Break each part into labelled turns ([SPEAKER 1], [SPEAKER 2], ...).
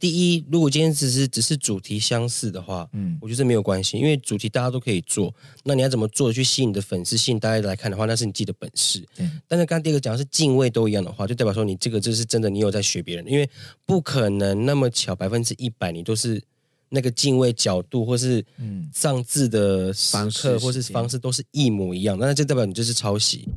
[SPEAKER 1] 第一，如果今天只是只是主题相似的话，
[SPEAKER 2] 嗯，
[SPEAKER 1] 我觉得没有关系，因为主题大家都可以做。那你要怎么做去吸引你的粉丝，吸引大家来看的话，那是你自己的本事。
[SPEAKER 2] 对
[SPEAKER 1] 但是刚刚第一个讲的是敬畏都一样的话，就代表说你这个就是真的，你有在学别人，因为不可能那么巧百分之一百你都是那个敬畏角度或是
[SPEAKER 2] 嗯
[SPEAKER 1] 上字的时
[SPEAKER 3] 方式
[SPEAKER 1] 刻或是方式都是一模一样，那就代表你就是抄袭。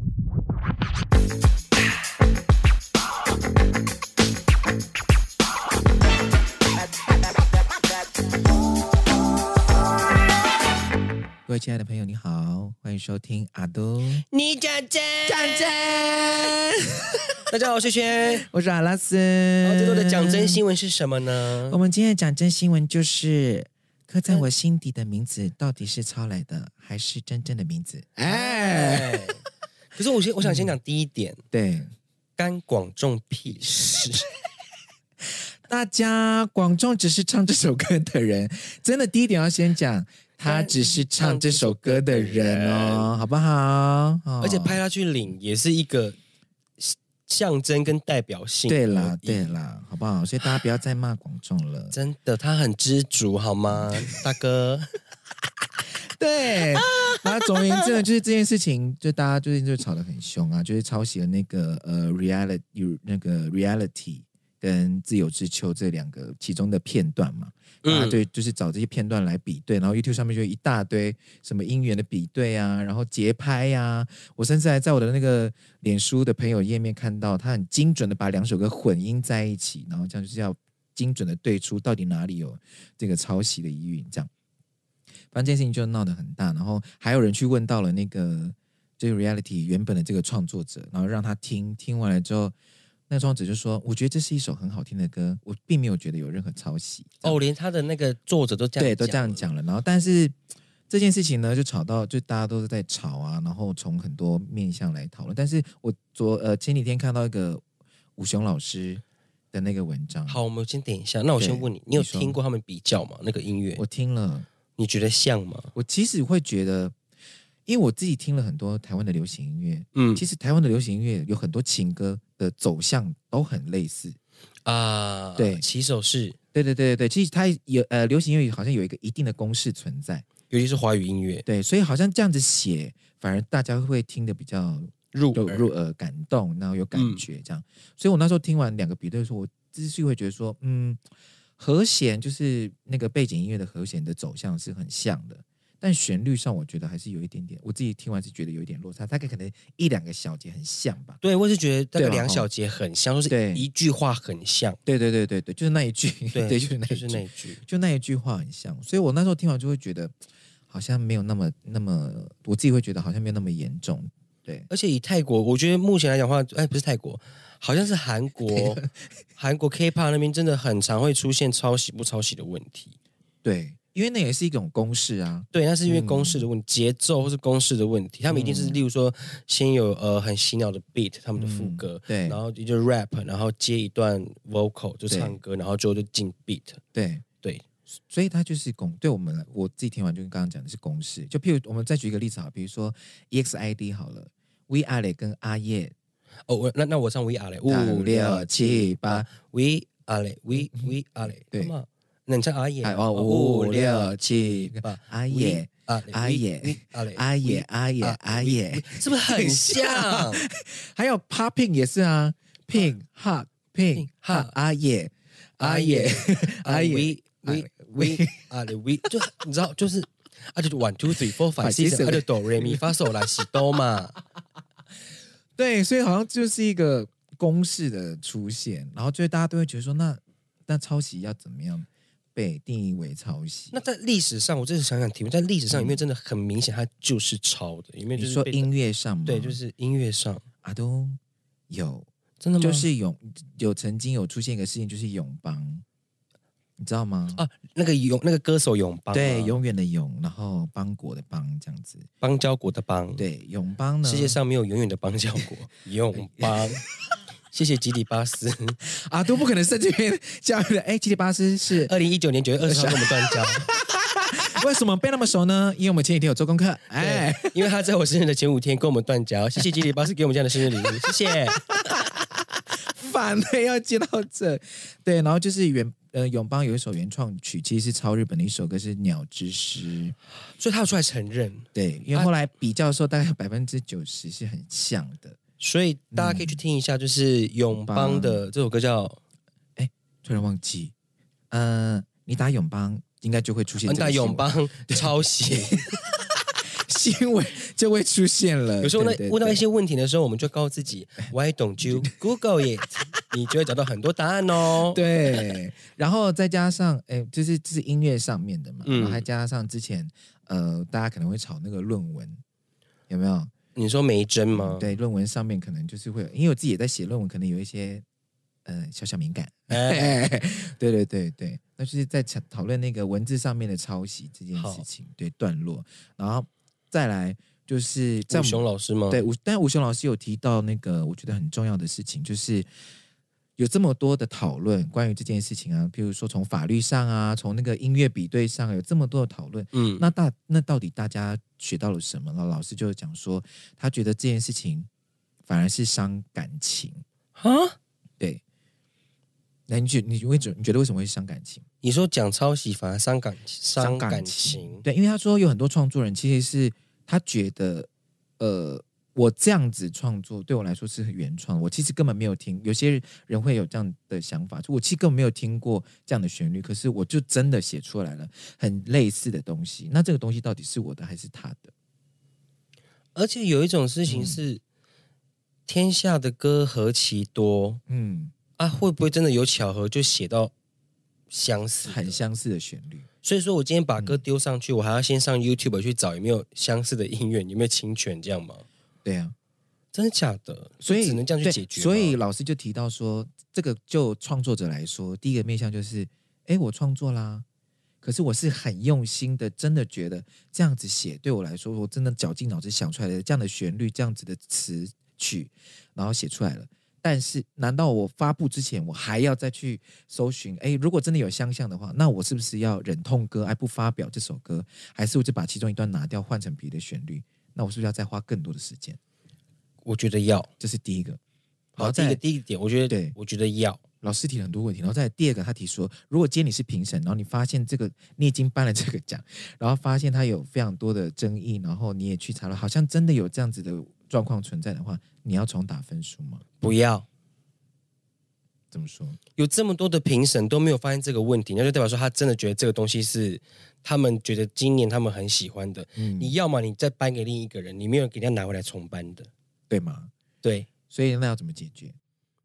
[SPEAKER 2] 各位亲爱的朋友，你好，欢迎收听阿都
[SPEAKER 1] 你讲真，
[SPEAKER 2] 讲真，
[SPEAKER 1] 大家好，我是轩。
[SPEAKER 2] 我是阿拉斯。
[SPEAKER 1] 然后这周的讲真新闻是什么呢
[SPEAKER 2] 我？们今天的讲真新闻就是刻在我心底的名字到底是抄来的还是真正的名字？哎，
[SPEAKER 1] 哎， 可是我先我想先讲第一点，
[SPEAKER 2] 对，
[SPEAKER 1] 干广众屁事。
[SPEAKER 2] 嗯大家广众只是唱这首歌的人，真的第一点要先讲，他只是唱这首歌的人 哦，好不好？哦
[SPEAKER 1] 而且拍他去领也是一个象征跟代表性。
[SPEAKER 2] 对啦，对，啦，好不好？所以大家不要再骂广众了。
[SPEAKER 1] 真的他很知足好 吗，大哥？
[SPEAKER 2] 对，然后总而言之呢，就是这件事情，就大家最近就吵得很凶啊，就是抄袭了那个呃 reality 那个 reality 跟自由之丘这两个其中的片段嘛，
[SPEAKER 1] 嗯
[SPEAKER 2] 啊，对，就是找这些片段来比对，然后 YouTube 上面就有一大堆什么音源的比对啊，然后节拍呀、啊，我甚至还在我的那个脸书的朋友页面看到，他很精准的把两首歌混音在一起，然后这样就是要精准的对出到底哪里有这个抄袭的疑云，这样。反正这件事情就闹得很大，然后还有人去问到了那个这个 reality 原本的这个创作者，然后让他听，听完了之后，那个创作者就说：“我觉得这是一首很好听的歌，我并没有觉得有任何抄袭。”
[SPEAKER 1] 哦，连他的那个作者都这样
[SPEAKER 2] 对，都这样。讲了。然后，但是这件事情呢，就吵到，就大家都是在吵啊，然后从很多面向来讨论。但是我昨呃前几天看到一个武雄老师的那个文章，
[SPEAKER 1] 好，我们先点一下。那我
[SPEAKER 2] 对
[SPEAKER 1] 先问你，你有
[SPEAKER 2] 你说
[SPEAKER 1] 听过他们比较吗？那个音乐，
[SPEAKER 2] 我听了，
[SPEAKER 1] 你觉得像吗？
[SPEAKER 2] 我其实会觉得，因为我自己听了很多台湾的流行音乐，
[SPEAKER 1] 嗯
[SPEAKER 2] 其实台湾的流行音乐有很多情歌的走向都很类似。
[SPEAKER 1] 啊，
[SPEAKER 2] 对
[SPEAKER 1] 起手式，
[SPEAKER 2] 对对对对对，其实它有呃，流行音乐好像有一个一定的公式存在，
[SPEAKER 1] 尤其是华语音乐
[SPEAKER 2] 对，所以好像这样子写，反而大家会听得比较
[SPEAKER 1] 入
[SPEAKER 2] 有
[SPEAKER 1] 耳
[SPEAKER 2] 入耳、感动，然后有感
[SPEAKER 1] 嗯
[SPEAKER 2] 觉这样。所以我那时候听完两个比对的时候，我之所以会觉得说，嗯，和弦就是那个背景音乐的和弦的走向是很像的，但旋律上我觉得还是有一点点，我自己听完是觉得有一点落差，大概可能一两个小节很像吧。
[SPEAKER 1] 对，我也是觉得大
[SPEAKER 2] 对
[SPEAKER 1] 概
[SPEAKER 2] 吧
[SPEAKER 1] 两
[SPEAKER 2] 哦
[SPEAKER 1] 小节很像，就
[SPEAKER 2] 对
[SPEAKER 1] 是一句话很像。
[SPEAKER 2] 对对对 对对，就是那一句，
[SPEAKER 1] 对，
[SPEAKER 2] 就是那一
[SPEAKER 1] 就是
[SPEAKER 2] 句，
[SPEAKER 1] 那一句。
[SPEAKER 2] 就那一句话很像，所以我那时候听完就会觉得，好像没有那么那么，我自己会觉得好像没有那么严重。对，
[SPEAKER 1] 而且以泰国，我觉得目前来讲的话，哎，不是泰国，好像是韩国，
[SPEAKER 2] 啊
[SPEAKER 1] 韩国 K-pop 那边真的很常会出现抄袭不抄袭的问题。
[SPEAKER 2] 对，因为那也是一种公式啊。
[SPEAKER 1] 对，那是因为公式的
[SPEAKER 2] 嗯
[SPEAKER 1] 问题，节奏或是公式的问题，他们一定是，例如说，先有呃很洗脑的 beat，他们的副歌，
[SPEAKER 2] 嗯对
[SPEAKER 1] 然后就 rap，然后接一段 vocal 就
[SPEAKER 2] 对
[SPEAKER 1] 唱歌，然后最后就进 beat，
[SPEAKER 2] 对，
[SPEAKER 1] 对，
[SPEAKER 2] 所以它就是公，对我们来，我自己听完就跟刚刚讲的是公式。就譬如我们再举一个例子啊，比如说 EXID 好了，V I L 跟阿叶
[SPEAKER 1] 哦，我那那我唱 we are 嘞，
[SPEAKER 2] 五
[SPEAKER 1] 五
[SPEAKER 2] 六七八，
[SPEAKER 1] we are 嘞，we we are 嘞，
[SPEAKER 2] 对
[SPEAKER 1] 嘛，那你唱阿野
[SPEAKER 2] 哎哦五六七八，阿叶
[SPEAKER 1] 啊
[SPEAKER 2] 阿野
[SPEAKER 1] 阿 嘞
[SPEAKER 2] 阿野阿野
[SPEAKER 1] 啊
[SPEAKER 2] 阿野，
[SPEAKER 1] 是不是很 像？
[SPEAKER 2] 还有 Popping 也是啊，Ping Hot Ping Hot 阿叶阿叶阿叶
[SPEAKER 1] we we we 啊，we 就你知道就是。啊，就是 one two three four five
[SPEAKER 2] Five, six,
[SPEAKER 1] six，啊，就哆瑞咪发嗦来西哆嘛。
[SPEAKER 2] 对，所以好像就是一个公式的出现，然后就是大家都会觉得说，那那抄袭要怎么样被定义为抄袭？
[SPEAKER 1] 那在历史上，我就是想想题目，在历史上有没有真的很明显，它就是抄的？有没有就
[SPEAKER 2] 你
[SPEAKER 1] 是
[SPEAKER 2] 说
[SPEAKER 1] 被
[SPEAKER 2] 音乐上吗？
[SPEAKER 1] 对，就是音乐上
[SPEAKER 2] 阿东有，
[SPEAKER 1] 真的吗？
[SPEAKER 2] 就是永有曾经有出现一个事情，就是永邦，你知道吗？
[SPEAKER 1] 啊，那个永那个歌手永邦嘛，啊
[SPEAKER 2] 对，永远的永，然后邦国的邦这样子。
[SPEAKER 1] 邦交国的邦，，
[SPEAKER 2] 对，永邦呢？
[SPEAKER 1] 世界上没有永远的邦交 国，永邦。 谢谢吉里巴 斯，
[SPEAKER 2] 阿都不可能在这边 教育的。哎，吉里巴 斯是
[SPEAKER 1] 二零一九年九月二十号跟我们断交。
[SPEAKER 2] 为什么背那么熟呢？因为我们前几天有做功课。哎
[SPEAKER 1] 哎，，因为他在我生日的前五天跟我们断交，谢谢吉里巴斯给我们这样的生日礼物，谢谢。
[SPEAKER 2] 烦的要接到这，对，然后就是原呃，永邦有一首原创曲，其实是抄日本的一首歌，是《鸟之诗》。
[SPEAKER 1] 所以他有出来承认，
[SPEAKER 2] 对，因为
[SPEAKER 1] 啊
[SPEAKER 2] 后来比较的时候，大概百分之九十是很像的。
[SPEAKER 1] 所以大家可以去听一下，就是永邦的这首歌叫《
[SPEAKER 2] 突然忘记，呃，你打永邦应该就会出现
[SPEAKER 1] 安
[SPEAKER 2] 这个
[SPEAKER 1] 达
[SPEAKER 2] 新闻
[SPEAKER 1] 哦永邦抄袭》。
[SPEAKER 2] 新闻就会出现了。
[SPEAKER 1] 有时候呢
[SPEAKER 2] 对，对
[SPEAKER 1] 问到
[SPEAKER 2] 对
[SPEAKER 1] 一些问题的时候，我们就告诉自己，Why don't you Google it？你就会找到很多答案哦。
[SPEAKER 2] 对，然后再加上哎、就是这是音乐上面的嘛，
[SPEAKER 1] 嗯
[SPEAKER 2] 然后还加上之前呃，大家可能会炒那个论文，有没有？
[SPEAKER 1] 你说梅珍吗？
[SPEAKER 2] 对，论文上面可能就是会有，因为我自己也在写论文，可能有一些呃小小敏感。
[SPEAKER 1] 哎，
[SPEAKER 2] 对对对对，那就是在讨讨论那个文字上面的抄袭这件
[SPEAKER 1] 好
[SPEAKER 2] 事情，对段落，然后再来就是
[SPEAKER 1] 吴
[SPEAKER 2] 在我们
[SPEAKER 1] 雄老师吗？
[SPEAKER 2] 对，吴，但吴雄老师有提到那个，我觉得很重要的事情，就是有这么多的讨论关于这件事情啊，譬如说从法律上啊，从那个音乐比对上啊，有这么多的讨论。
[SPEAKER 1] 嗯，
[SPEAKER 2] 那大那到底大家学到了什么？呢？老师就讲说，他觉得这件事情反而是伤感情。
[SPEAKER 1] 啊，
[SPEAKER 2] 对，那你觉你为什你觉得为什么会伤感情？
[SPEAKER 1] 你说讲抄袭反而伤感伤
[SPEAKER 2] 感
[SPEAKER 1] 感情，
[SPEAKER 2] 对，因为他说有很多创作人其实是他觉得，呃，我这样子创作对我来说是原创，我其实根本没有听，有些人会有这样的想法，就我其实根本没有听过这样的旋律，可是我就真的写出来了很类似的东西。那这个东西到底是我的还是他的？
[SPEAKER 1] 而且有一种事
[SPEAKER 2] 嗯
[SPEAKER 1] 情是，天下的歌何其多
[SPEAKER 2] 嗯，
[SPEAKER 1] 啊，会不会真的有巧合就写到相似的？
[SPEAKER 2] 很嗯相似的旋律，
[SPEAKER 1] 所以说我今天把歌丢上去，我还要先上 YouTube 去找有没有相似的音乐，有没有侵权这样吗？
[SPEAKER 2] 对啊。
[SPEAKER 1] 真的假的？
[SPEAKER 2] 所以
[SPEAKER 1] 只能这样去
[SPEAKER 2] 对
[SPEAKER 1] 解决吗。
[SPEAKER 2] 所以老师就提到说，这个就创作者来说，第一个面向就是，哎，我创作啦，可是我是很用心的，真的觉得这样子写对我来说，我真的绞尽脑汁想出来的这样的旋律，这样子的词曲，然后写出来了。但是，难道我发布之前，我还要再去搜寻？哎，如果真的有相像的话，那我是不是要忍痛割爱不发表这首歌，还是我就把其中一段拿掉，换成别的旋律？那我是不是要再花更多的时间？
[SPEAKER 1] 我觉得要。
[SPEAKER 2] 这是第一个。然
[SPEAKER 1] 好，
[SPEAKER 2] 后
[SPEAKER 1] 第
[SPEAKER 2] 再
[SPEAKER 1] 一
[SPEAKER 2] 来
[SPEAKER 1] 个第一点，我觉得
[SPEAKER 2] 对
[SPEAKER 1] 我觉得要。
[SPEAKER 2] 老师提了很多问题，然后再来第二个，他提说，如果今天你是评审，然后你发现这个你已经颁了这个奖，然后发现他有非常多的争议，然后你也去查了，好像真的有这样子的状况存在的话，你要重打分数吗？
[SPEAKER 1] 不要
[SPEAKER 2] 怎么说？
[SPEAKER 1] 有这么多的评审都没有发现这个问题，那就代表说他真的觉得这个东西是他们觉得今年他们很喜欢的。
[SPEAKER 2] 嗯，
[SPEAKER 1] 你要么你再颁给另一个人，你没有给人家拿回来重颁的。
[SPEAKER 2] 对吗？
[SPEAKER 1] 对，
[SPEAKER 2] 所以那要怎么解决？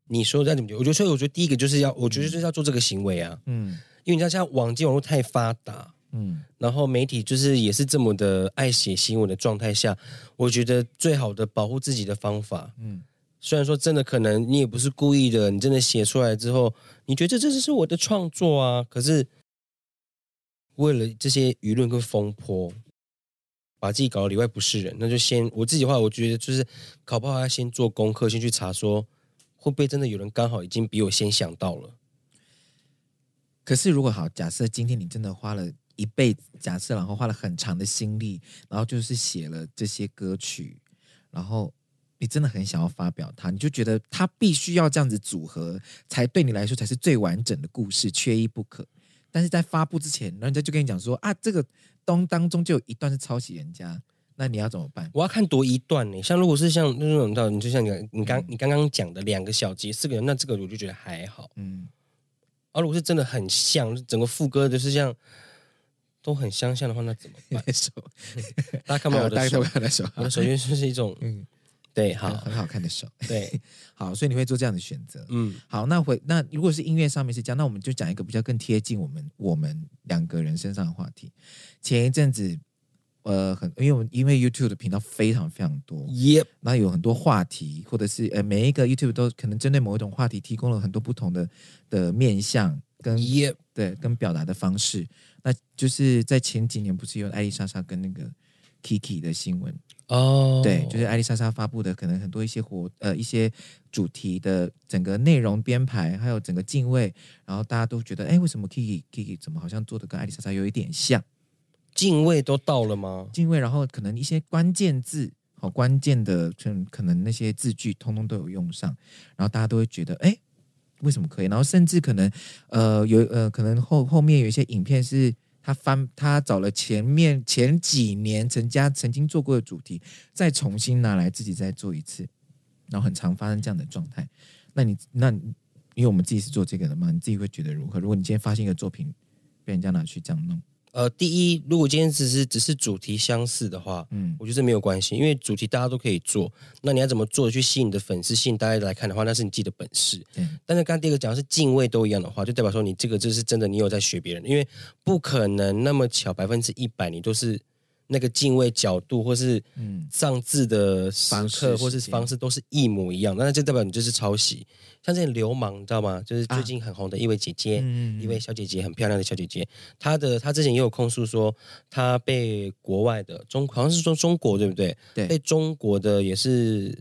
[SPEAKER 1] 你说要怎么解决？我觉得，所以我觉得第一个就是要，我觉得就是要做这个行为啊，
[SPEAKER 2] 嗯
[SPEAKER 1] 因为你知道现在网际网络太发达，
[SPEAKER 2] 嗯，
[SPEAKER 1] 然后媒体就是也是这么的爱写新闻的状态下，我觉得最好的保护自己的方法，
[SPEAKER 2] 嗯
[SPEAKER 1] 嗯，虽然说真的可能你也不是故意的，你真的写出来之后，你觉得这就是我的创作啊，可是为了这些舆论跟风波，把自己搞得里外不是人，那就先我自己的话，我觉得就是搞不好要先做功课，先去查说会不会真的有人刚好已经比我先想到了，
[SPEAKER 2] 可是如果好，假设今天你真的花了一辈子，假设然后花了很长的心力，然后就是写了这些歌曲，然后你真的很想要发表它，你就觉得它必须要这样子组合，才对你来说才是最完整的故事，缺一不可。但是在发布之前，然后人家就跟你讲说啊，这个东当中就有一段是抄袭人家，那你要怎么办？
[SPEAKER 1] 我要看多一段呢、像如果是像那种到你就像你你刚你刚刚讲的两个小节四个人，那这个我就觉得还好。
[SPEAKER 2] 嗯，
[SPEAKER 1] 而、啊如果是真的很像，整个副歌就是像都很相像的话，那怎么办？
[SPEAKER 2] 手，
[SPEAKER 1] 大家 看不到我
[SPEAKER 2] 大
[SPEAKER 1] 的
[SPEAKER 2] 家看
[SPEAKER 1] 手
[SPEAKER 2] 不，看我的手？
[SPEAKER 1] 我的手就是一种
[SPEAKER 2] 嗯，
[SPEAKER 1] 对好
[SPEAKER 2] 很好看的手。
[SPEAKER 1] 对
[SPEAKER 2] 好，所以你会做这样的选择。
[SPEAKER 1] 嗯
[SPEAKER 2] 好，那回那如果是音乐上面是这样，那我们就讲一个比较更贴近我们我们两个人身上的话题。前一阵子，呃，很因为我们因为 YouTube 的频道非常非常多，
[SPEAKER 1] 耶
[SPEAKER 2] 那有很多话题，或者是呃每一个 YouTube 都可能针对某一种话题提供了很多不同的的面向跟
[SPEAKER 1] 耶
[SPEAKER 2] 对跟表达的方式。那就是在前几年不是有艾丽莎莎跟那个 Kiki 的新闻，
[SPEAKER 1] 哦，
[SPEAKER 2] 对，就是艾丽莎莎发布的，可能很多一些活呃一些主题的整个内容编排，还有整个敬畏，然后大家都觉得，哎，为什么 Kiki Kiki 怎么好像做的跟艾丽莎莎有一点像？
[SPEAKER 1] 敬畏都到了吗？
[SPEAKER 2] 敬畏，然后可能一些关键字，好关键的，可能可能那些字句，通通都有用上，然后大家都会觉得，哎，为什么可以？然后甚至可能呃有呃可能后后面有一些影片是他翻他找了前面前几年陈家曾经做过的主题，再重新拿来自己再做一次，然后很常发生这样的状态。那你那你因为我们自己是做这个的嘛，你自己会觉得如何？如果你今天发现一个作品被人家拿去这样弄，
[SPEAKER 1] 呃，第一，如果今天只是只是主题相似的话，
[SPEAKER 2] 嗯，
[SPEAKER 1] 我觉得没有关系，因为主题大家都可以做。那你要怎么做去吸引你的粉丝、吸引大家来看的话，那是你自己的本事。
[SPEAKER 2] 对，
[SPEAKER 1] 但是刚刚第一个讲的是敬畏都一样的话，就代表说你这个就是真的，你有在学别人，因为不可能那么巧百分之一百你都是那个敬畏角度或是
[SPEAKER 2] 嗯，
[SPEAKER 1] 上字的时
[SPEAKER 2] 方式
[SPEAKER 1] 刻或是
[SPEAKER 2] 时间
[SPEAKER 1] 方式都是一模一样，那就代表你就是抄袭。像这些流氓，你知道吗？就是最近很红的一位姐姐，
[SPEAKER 2] 嗯
[SPEAKER 1] 一位小姐姐，很漂亮的小姐姐，她的她之前也有控诉说，她被国外的中好像是说中国对不对？
[SPEAKER 2] 对
[SPEAKER 1] 被中国的也是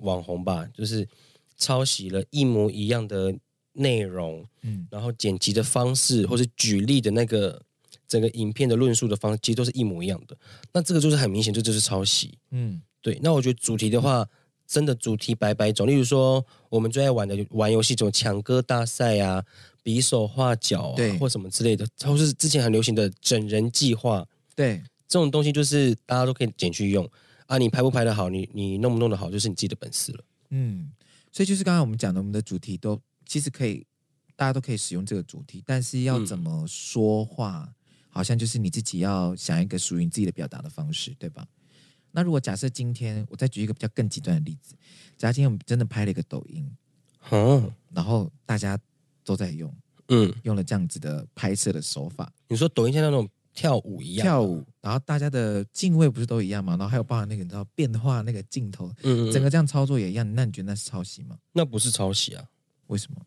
[SPEAKER 1] 网红吧，就是抄袭了一模一样的内容，
[SPEAKER 2] 嗯
[SPEAKER 1] 然后剪辑的方式或者举例的那个整个影片的论述的方式，其实都是一模一样的。那这个就是很明显，这就是抄袭。
[SPEAKER 2] 嗯
[SPEAKER 1] 对，那我觉得主题的话，真的主题百百种，例如说我们最爱玩的玩游戏，这种抢歌大赛啊、比手画脚啊
[SPEAKER 2] 对，
[SPEAKER 1] 或什么之类的，或是之前很流行的整人计划，
[SPEAKER 2] 对，
[SPEAKER 1] 这种东西就是大家都可以捡去用啊。你拍不拍的好，你你弄不弄得好，就是你自己的本事了。
[SPEAKER 2] 嗯，所以就是刚才我们讲的，我们的主题都其实可以，大家都可以使用这个主题，但是要
[SPEAKER 1] 嗯
[SPEAKER 2] 怎么说话，好像就是你自己要想一个属于你自己的表达的方式，对吧？那如果假设今天我再举一个比较更极端的例子，假如今天我们真的拍了一个抖音，
[SPEAKER 1] 嗯
[SPEAKER 2] 然后大家都在用，
[SPEAKER 1] 嗯，
[SPEAKER 2] 用了这样子的拍摄的手法，
[SPEAKER 1] 你说抖音像那种跳舞一样，
[SPEAKER 2] 跳舞，然后大家的敬畏不是都一样吗？然后还有包含那个你知道变化那个镜头，
[SPEAKER 1] 嗯，嗯嗯
[SPEAKER 2] 整个这样操作也一样，那你觉得那是抄袭吗？
[SPEAKER 1] 那不是抄袭啊。
[SPEAKER 2] 为什么？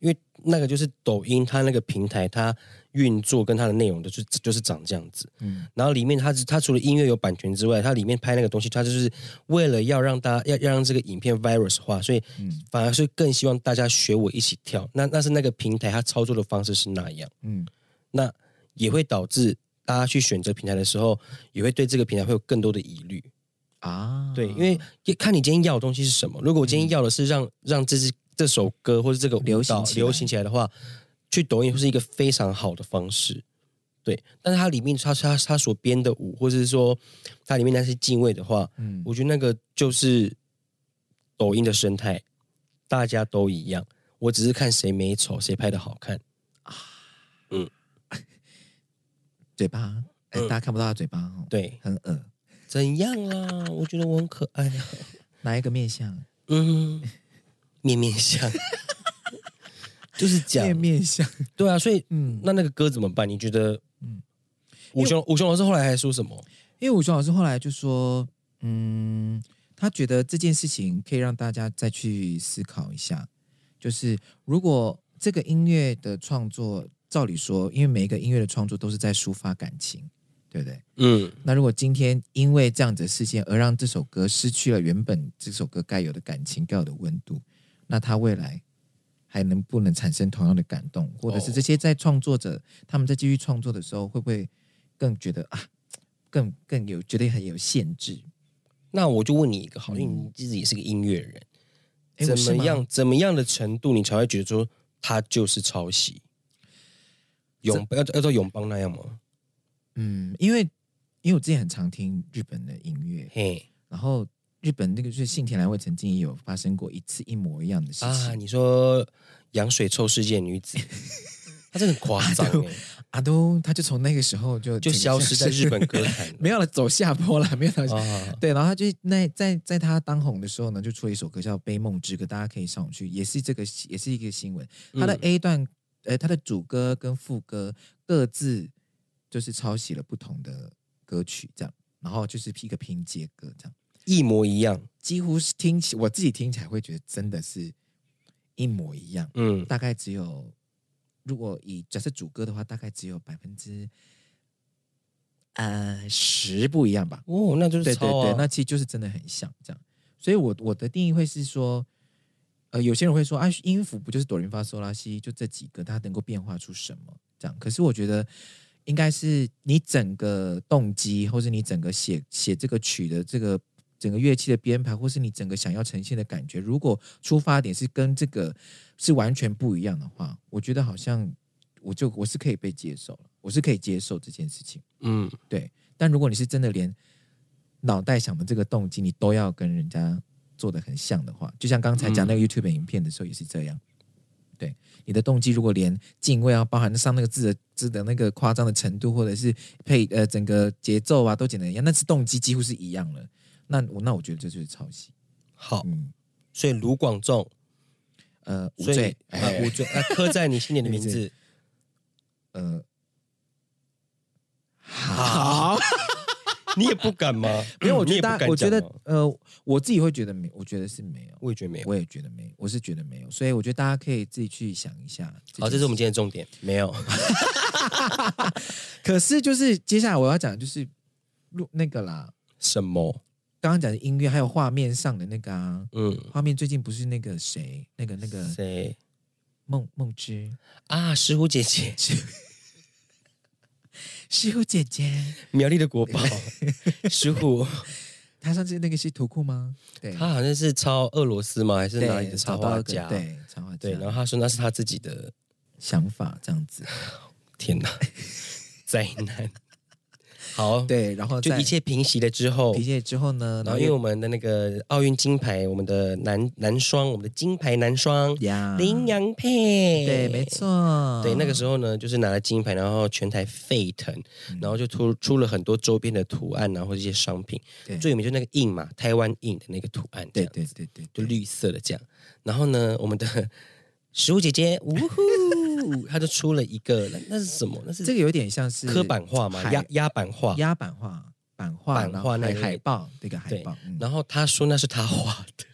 [SPEAKER 1] 因为那个就是抖音，它那个平台，它运作跟它的内容就是就是长这样子。
[SPEAKER 2] 嗯
[SPEAKER 1] 然后里面它只它除了音乐有版权之外，它里面拍那个东西，它就是为了要让大家要要让这个影片 virus 化，所以
[SPEAKER 2] 嗯
[SPEAKER 1] 反而是更希望大家学我一起跳。那那是那个平台它操作的方式是那样，
[SPEAKER 2] 嗯，
[SPEAKER 1] 那也会导致大家去选择平台的时候，也会对这个平台会有更多的疑虑。
[SPEAKER 2] 啊，
[SPEAKER 1] 对，因为也看你今天要的东西是什么。如果我今天要的是让、让这支这首歌或者这个舞蹈
[SPEAKER 2] 嗯流行起来
[SPEAKER 1] 流行起来的话，去抖音是一个非常好的方式。对，但是它里面它它它所编的舞，或者是说它里面那些敬畏的话，
[SPEAKER 2] 嗯
[SPEAKER 1] 我觉得那个就是抖音的生态，大家都一样。我只是看谁美丑，谁拍的好看。
[SPEAKER 2] 嘴巴，哎，
[SPEAKER 1] 嗯
[SPEAKER 2] 大家看不到他嘴巴哦，，
[SPEAKER 1] 对，
[SPEAKER 2] 很恶，
[SPEAKER 1] 怎样啦？我觉得我很可爱、啊。
[SPEAKER 2] 哪一个面相？
[SPEAKER 1] 嗯，面面相， 就是讲
[SPEAKER 2] 面面相，
[SPEAKER 1] 对啊，所以
[SPEAKER 2] 嗯，
[SPEAKER 1] 那那个歌怎么办？你觉得？
[SPEAKER 2] 嗯
[SPEAKER 1] 嗯，武雄武雄老师后来还说什么？
[SPEAKER 2] 因为武雄老师后来就说，嗯，他觉得这件事情可以让大家再去思考一下，就是如果这个音乐的创作，照理说，因为每一个音乐的创作都是在抒发感情，对不对？
[SPEAKER 1] 嗯
[SPEAKER 2] 那如果今天因为这样子的事件而让这首歌失去了原本这首歌该有的感情、该有的温度，那它未来还能不能产生同样的感动，或者是
[SPEAKER 1] 哦
[SPEAKER 2] 这些在创作者他们在继续创作的时候，会不会更觉得啊，更更有觉得很有限制？
[SPEAKER 1] 那我就问你一个好，
[SPEAKER 2] 嗯
[SPEAKER 1] 因为你自己也是个音乐人，
[SPEAKER 2] 诶我是
[SPEAKER 1] 怎
[SPEAKER 2] 吗
[SPEAKER 1] 么样怎么样的程度你才会觉得说他就是抄袭？永要要到永邦那样吗？
[SPEAKER 2] 嗯，因为因为我之前很常听日本的音乐，
[SPEAKER 1] 嘿
[SPEAKER 2] 然后日本那个就是信田来未曾经也有发生过一次一模一样的事
[SPEAKER 1] 啊，
[SPEAKER 2] 情，
[SPEAKER 1] 你说羊水臭世界女 子，她真的很夸张、
[SPEAKER 2] 啊对
[SPEAKER 1] 欸，
[SPEAKER 2] 阿东他就从那个时候就
[SPEAKER 1] 就消失在日本歌坛
[SPEAKER 2] 没有了，走下坡 了，没有了。
[SPEAKER 1] 了啊。
[SPEAKER 2] 对，然后他就那在在他当红的时候呢，就出了一首歌叫《悲梦之歌》，大家可以上网去，也是这个也是一个新闻。他的
[SPEAKER 1] 嗯
[SPEAKER 2] A 段，呃，他的主歌跟副歌各自就是抄袭了不同的歌曲，这样，然后就是一个拼接歌，这样，
[SPEAKER 1] 一模一样，
[SPEAKER 2] 几乎是听起我自己听起来会觉得真的是一模一样。
[SPEAKER 1] 嗯，
[SPEAKER 2] 大概只有，如果以假设主歌的话，大概只有百分之呃十不一样吧。
[SPEAKER 1] 哦，那就是
[SPEAKER 2] 对对
[SPEAKER 1] 抄啊
[SPEAKER 2] 对，那其实就是真的很像这样。所以我我的定义会是说，呃，有些人会说啊，音符不就是哆来咪发嗦拉西就这几个，它能够变化出什么这样？可是我觉得应该是你整个动机，或是你整个写写这个曲的这个整个乐器的编排，或是你整个想要呈现的感觉，如果出发点是跟这个是完全不一样的话，我觉得好像我就我是可以被接受了，我是可以接受这件事情。
[SPEAKER 1] 嗯，
[SPEAKER 2] 但如果你是真的连脑袋想的这个动机，你都要跟人家做的很像的话，就像刚才讲
[SPEAKER 1] 嗯
[SPEAKER 2] 那个 YouTube 影片的时候也是这样。对，你的动机如果连敬畏啊，包含上那个字的字的那个夸张的程度，或者是配呃整个节奏啊，都剪得一样，那是动机几乎是一样了。那我那我觉得这就是抄袭。
[SPEAKER 1] 好，
[SPEAKER 2] 嗯，
[SPEAKER 1] 所以卢广仲，
[SPEAKER 2] 呃，无
[SPEAKER 1] 所以
[SPEAKER 2] 罪，
[SPEAKER 1] 啊，
[SPEAKER 2] 哎
[SPEAKER 1] 我就啊刻在你心 里的名
[SPEAKER 2] 名
[SPEAKER 1] 字，
[SPEAKER 2] 呃，
[SPEAKER 1] 好，啊 你也不敢 吗？
[SPEAKER 2] 没有，我
[SPEAKER 1] 你
[SPEAKER 2] 觉
[SPEAKER 1] 也不
[SPEAKER 2] 得
[SPEAKER 1] 敢
[SPEAKER 2] 我觉得
[SPEAKER 1] 讲哦吗
[SPEAKER 2] 呃，我自己会觉得没，我觉得是没有。
[SPEAKER 1] 我也觉得没有。
[SPEAKER 2] 我也觉得没有，我是觉得没有，所以我觉得大家可以自己去想一下。
[SPEAKER 1] 好，这是我们今天的重点，没有。
[SPEAKER 2] 天。可是就是接下来我要讲的就是录那个啦，
[SPEAKER 1] 什么？
[SPEAKER 2] 刚刚讲的音乐还有画面上的那个啊，
[SPEAKER 1] 嗯，
[SPEAKER 2] 画面最近不是那个谁，那个那个
[SPEAKER 1] 谁
[SPEAKER 2] 梦梦之
[SPEAKER 1] 啊？石虎姐姐，
[SPEAKER 2] 石虎姐姐，
[SPEAKER 1] 苗栗的国 宝，石虎，
[SPEAKER 2] 她上次那个是图库吗？对，
[SPEAKER 1] 她好像是抄俄罗斯吗？还是
[SPEAKER 2] 对
[SPEAKER 1] 哪里的插
[SPEAKER 2] 找到
[SPEAKER 1] 画
[SPEAKER 2] 一个
[SPEAKER 1] 家？
[SPEAKER 2] 对插画家，
[SPEAKER 1] 对，然后她说那是啊她自己 的，
[SPEAKER 2] 想法这样 子，
[SPEAKER 1] 天 哪，灾难。好，
[SPEAKER 2] 对，然后
[SPEAKER 1] 就
[SPEAKER 2] 在
[SPEAKER 1] 一切平息了之后
[SPEAKER 2] 皮，鞋之后呢，
[SPEAKER 1] 然后
[SPEAKER 2] 然后
[SPEAKER 1] 因为
[SPEAKER 2] 又
[SPEAKER 1] 我们的那个奥运金牌，我们的男男双，我们的金牌男双
[SPEAKER 2] 呀
[SPEAKER 1] 林洋配，
[SPEAKER 2] 啊对，没。错，
[SPEAKER 1] 对，那个时候呢，就是拿了金牌，然后全台沸腾，
[SPEAKER 2] 嗯
[SPEAKER 1] 然后就出出了很多周边的图案啊，或者一些商品。
[SPEAKER 2] 对
[SPEAKER 1] 最有名就那个印嘛，台湾印的那个图案，
[SPEAKER 2] 对
[SPEAKER 1] 对，
[SPEAKER 2] 对对对，
[SPEAKER 1] 就
[SPEAKER 2] 对
[SPEAKER 1] 绿色的这样。然后呢，我们的 食物姐姐，呜呼，她就出了一个，那那是什么？那是
[SPEAKER 2] 这个有点像是
[SPEAKER 1] 刻版画嘛，
[SPEAKER 2] 海
[SPEAKER 1] 压压版画。
[SPEAKER 2] 压版画、版画、
[SPEAKER 1] 版
[SPEAKER 2] 然后
[SPEAKER 1] 画那
[SPEAKER 2] 海
[SPEAKER 1] 个
[SPEAKER 2] 海报这个海
[SPEAKER 1] 对
[SPEAKER 2] 报，嗯
[SPEAKER 1] 然后她说那是她画的，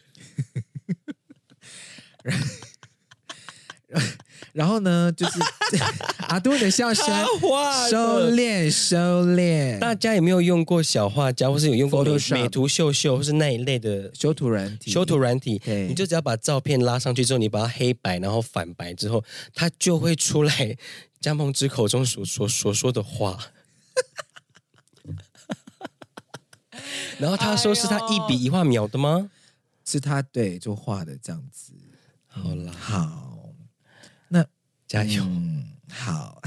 [SPEAKER 2] 然后呢，就是 阿杜的笑声，
[SPEAKER 1] 画
[SPEAKER 2] 收敛收敛，
[SPEAKER 1] 大家有没有用过小画家，或是有用过美
[SPEAKER 2] 嗯 Photoshop
[SPEAKER 1] 美图秀秀，或是那一类的
[SPEAKER 2] 修图人体，
[SPEAKER 1] 修图软体？
[SPEAKER 2] 对
[SPEAKER 1] 你就只要把照片拉上去之后，你把它黑白，然后反白之后，它就会出来加梦之口中所所所说的 话。然后他说是他一笔一画描的吗？
[SPEAKER 2] 是他对就画的这样子。
[SPEAKER 1] 好啦，
[SPEAKER 2] 哎好，
[SPEAKER 1] 加油！
[SPEAKER 2] 嗯，好，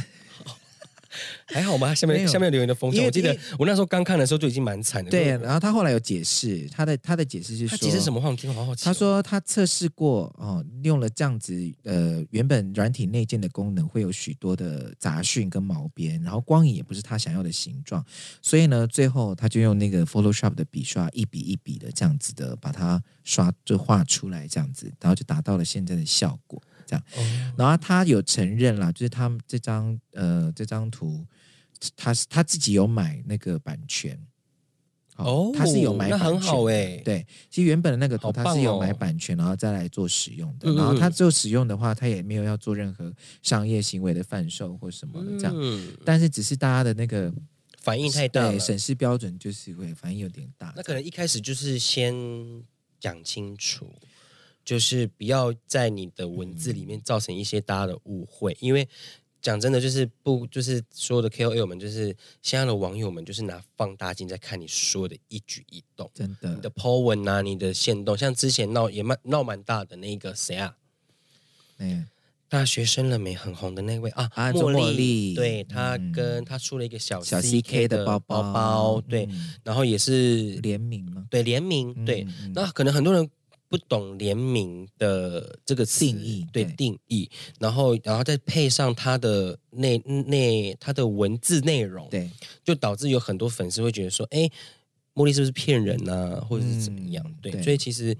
[SPEAKER 1] 还好吗？下
[SPEAKER 2] 没
[SPEAKER 1] 面
[SPEAKER 2] 有
[SPEAKER 1] 下面留言的风
[SPEAKER 2] 因
[SPEAKER 1] 向，
[SPEAKER 2] 为
[SPEAKER 1] 我记得
[SPEAKER 2] 因为
[SPEAKER 1] 我那时候刚看的时候就已经蛮惨的。
[SPEAKER 2] 对。啊
[SPEAKER 1] 因为
[SPEAKER 2] 然后他后来有解释，他的他的解释是
[SPEAKER 1] 啊他
[SPEAKER 2] 说，
[SPEAKER 1] 解释什么话？我听我好好奇哦。
[SPEAKER 2] 他说他测试过哦，用了这样子呃，原本软体内建的功能会有许多的杂讯跟毛边，然后光影也不是他想要的形状，所以呢，最后他就用那个 Photoshop 的笔刷一笔一笔的这样子的把它刷就画出来这样子，然后就达到了现在的效果这样。
[SPEAKER 1] 哦，
[SPEAKER 2] 然后他有承认啦，就是他们这张呃这张图，他是他自己有买那个版权。
[SPEAKER 1] 哦
[SPEAKER 2] 他是有买
[SPEAKER 1] 那
[SPEAKER 2] 版权
[SPEAKER 1] 很
[SPEAKER 2] 的，
[SPEAKER 1] 好欸
[SPEAKER 2] 对，其实原本的那个图
[SPEAKER 1] 好
[SPEAKER 2] 他
[SPEAKER 1] 棒
[SPEAKER 2] 是有
[SPEAKER 1] 哦
[SPEAKER 2] 买版权，然后再来做使用的。
[SPEAKER 1] 嗯嗯
[SPEAKER 2] 然后他做使用的话，他也没有要做任何商业行为的贩售或什么的这样。
[SPEAKER 1] 嗯，
[SPEAKER 2] 但是只是大家的那个
[SPEAKER 1] 反应太大
[SPEAKER 2] 对
[SPEAKER 1] 了。
[SPEAKER 2] 审视标准就是会反应有点大。
[SPEAKER 1] 那可能一开始就是先讲清楚，就是不要在你的文字里面造成一些大家的误会，因为讲真的，就是不就是所有的 KOL 们，就是现在的网友们，就是拿放大镜在看你所有的一举一动，
[SPEAKER 2] 真
[SPEAKER 1] 你
[SPEAKER 2] 的
[SPEAKER 1] 的 po 文啊，你的线动，像之前闹也蛮闹蛮大的那个谁啊，
[SPEAKER 2] 哎
[SPEAKER 1] 大学生了没很红的那位啊，
[SPEAKER 2] 啊
[SPEAKER 1] 茉
[SPEAKER 2] 做
[SPEAKER 1] 莉，
[SPEAKER 2] 茉莉
[SPEAKER 1] 对她
[SPEAKER 2] 嗯
[SPEAKER 1] 跟她出了一个小
[SPEAKER 2] 小
[SPEAKER 1] CK
[SPEAKER 2] CK 的包
[SPEAKER 1] 包
[SPEAKER 2] 包
[SPEAKER 1] 对，
[SPEAKER 2] 嗯
[SPEAKER 1] 然后也是
[SPEAKER 2] 联名吗？
[SPEAKER 1] 对联名，对，
[SPEAKER 2] 嗯，嗯
[SPEAKER 1] 那可能很多人不懂联名的这个词
[SPEAKER 2] 定义
[SPEAKER 1] 对
[SPEAKER 2] 对
[SPEAKER 1] 定义，然后然后再配上它的内内它的文字内容，
[SPEAKER 2] 对，
[SPEAKER 1] 就导致有很多粉丝会觉得说，哎，茉莉是不是骗人呐、或者是怎么样？
[SPEAKER 2] 嗯
[SPEAKER 1] 对，
[SPEAKER 2] 对
[SPEAKER 1] 所以其实